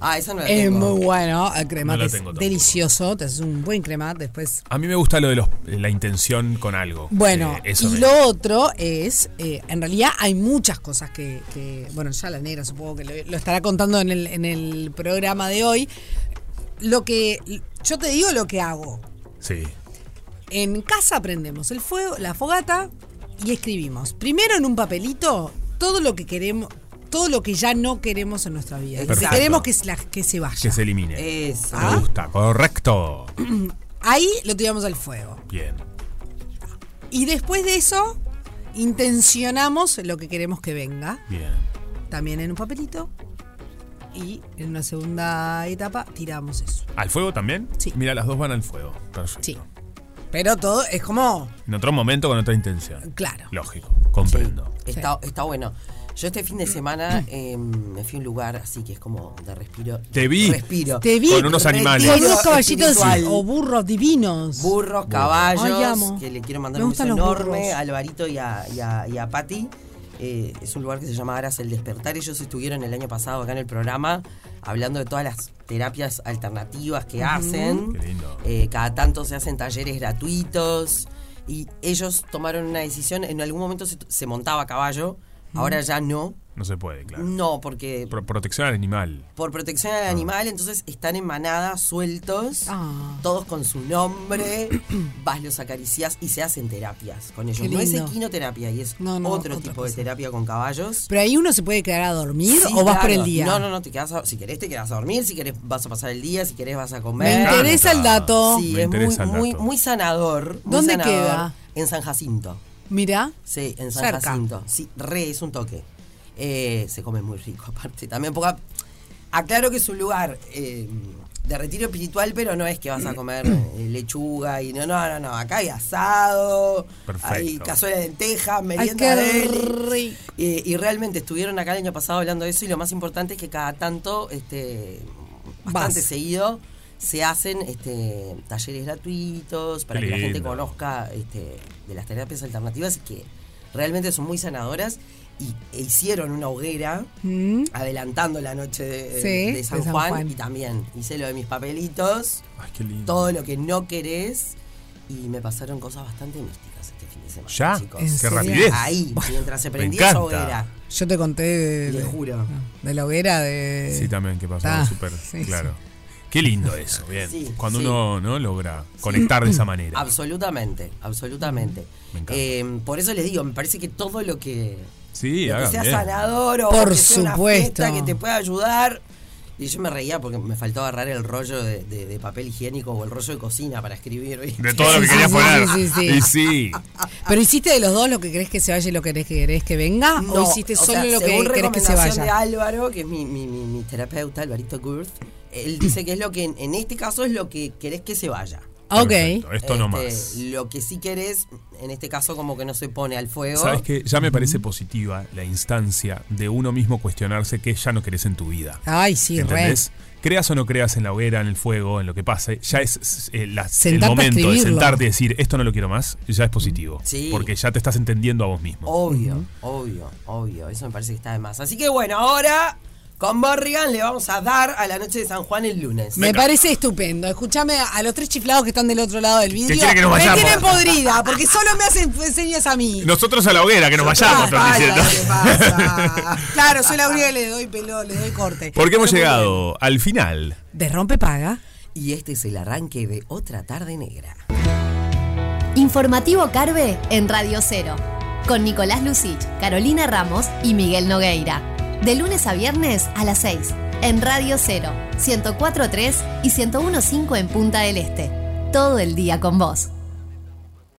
Ah, esa no la es tengo. muy bueno, el cremat No la es tengo tampoco. delicioso, te haces un buen cremat después. A mí me gusta lo de los- la intención con algo. Bueno, Eh, eso y me- lo otro es, eh, en realidad hay muchas cosas que, que- bueno, ya la negra supongo que lo, lo estará contando en el, en el programa de hoy. Lo que, yo te digo lo que hago. Sí. En casa prendemos el fuego, la fogata y escribimos. Primero en un papelito todo lo que queremos, todo lo que ya no queremos en nuestra vida. Lo Que Perfecto. queremos que, se la- que se Que vaya. *clears throat* se elimine. Eso. Me gusta, correcto. Ahí lo tiramos al fuego. Bien. Y después de eso, intencionamos lo que queremos que venga. Bien. También en un papelito. Y en una segunda etapa tiramos eso. ¿Al fuego también? Sí. Mira, las dos van al fuego. Perfecto. Sí. Pero todo es como, En otro momento con otra intención. claro. Lógico, comprendo. Está, está bueno. Yo este fin de semana eh, me fui a un lugar así que es como de respiro. Te vi. Respiro. Te vi Con unos animales. Con unos caballitos Espiritual. o burros divinos. Burros, caballos, Ay, amo. que le quiero mandar Me un beso gustan los enorme burros. a Alvarito y a, y a- y a Patti. Eh, es un lugar que se llama Aras el Despertar. Ellos estuvieron el año pasado acá en el programa hablando de todas las terapias alternativas que Ujú. hacen. Qué lindo. Eh, cada tanto se hacen talleres gratuitos. Y ellos tomaron una decisión. En algún momento se, se montaba a caballo. Ahora Ujú. ya no. No se puede, claro. No, porque Pro- protección al animal. por protección al animal, entonces están en manada, sueltos, Ah. todos con su nombre, *clears throat* vas, los acaricias y se hacen terapias con ellos. Qué No es lindo. equinoterapia y es no, otro otra tipo de terapia con caballos. Pero ahí uno se puede quedar a dormir Sí, o vas por claro. el día. No, no, no, te quedas a- si querés te quedas a dormir, si querés vas a pasar el día, si querés vas a Me comer. interesa el dato. Sí, es muy, muy, muy sanador. muy ¿Dónde sanador. queda? En San Jacinto. Mira. Sí, en San Cerca. Jacinto. Sí, re, es un toque. Eh, se come muy rico, *laughs* aparte. También, porque a- aclaro que es un lugar eh, de retiro espiritual, pero no es que vas a *clears throat* comer eh, lechuga y no, no, no, no. Acá hay asado, hay Perfecto. cazuela de lentejas, qué merienda de y, y realmente estuvieron acá el año pasado hablando de eso y lo más importante es que cada tanto, este, bastante Vas. seguido, se hacen este, talleres gratuitos para Qué que la gente lindo. conozca este, de las terapias alternativas que realmente son muy sanadoras y e hicieron una hoguera Mm. adelantando la noche de, Sí, de San, de San Juan, Juan. y también hice lo de mis papelitos, Ay, qué lindo. todo lo que no querés y me pasaron cosas bastante místicas este fin de semana. Ah, ¿Ya? chicos. ¿En Sí, serio? rapidez. *laughs* Ahí, mientras se Me prendía esa encanta. hoguera. Yo te conté de, Le de- juro. de la hoguera de. Sí, también, que pasó Ah, súper. sí, claro. sí. Qué lindo eso, bien. Sí, Cuando sí. uno no logra conectar de esa manera. Absolutamente, absolutamente. Me encanta. Eh, por eso les digo, me parece que todo lo que, Sí, lo que hagan sea bien. sanador o Por que sea una supuesto. fiesta que te pueda ayudar. Y yo me reía porque me faltó agarrar el rollo de, de- de papel higiénico o el rollo de cocina para escribir. ¿viste? De todo lo que Sí, querías sí, poner. sí, sí, sí. Y sí. Pero hiciste de los dos lo que crees que se vaya y lo que crees que, querés que venga, No, o hiciste o solo sea, lo que según crees que se recomendación vaya. de Álvaro, que es mi, mi- mi- mi terapeuta, Alvarito Gurth, él dice que es lo que en, en este caso es lo que querés que se vaya. Ah, Ok. Perfecto, esto no Este, más. Lo que sí querés, en este caso como que no se pone al fuego. Sabes que ya me parece positiva la instancia de uno mismo cuestionarse qué ya no querés en tu vida. Ay, sí, re. ¿Entendés? Creas o no creas en la hoguera, en el fuego, en lo que pase, ya es, es, eh, la- el Sentarte a momento de escribirlo. sentarte y decir esto no lo quiero más, ya es positivo. Sí. Porque ya te estás entendiendo a vos mismo. Obvio, obvio, obvio. Eso me parece que está de más. Así que bueno, ahora con Borrigan le vamos a dar a la noche de San Juan el lunes. Me parece estupendo. Escúchame a los tres chiflados que están del otro lado del vidrio. quiere que nos me vayamos? tienen podrida, porque solo me hacen señas a mí. Nosotros a la hoguera, que nos vayamos, están diciendo. Claro, soy la única que le doy pelo, le doy corte. Porque hemos llegado al final. De rompe paga. Y este es el arranque de otra tarde negra. Informativo Carve en Radio Cero. Con Nicolás Lucich, Carolina Ramos y Miguel Nogueira. De lunes a viernes a las 6. En Radio Cero, 104.3 y 101.5 en Punta del Este. Todo el día con vos.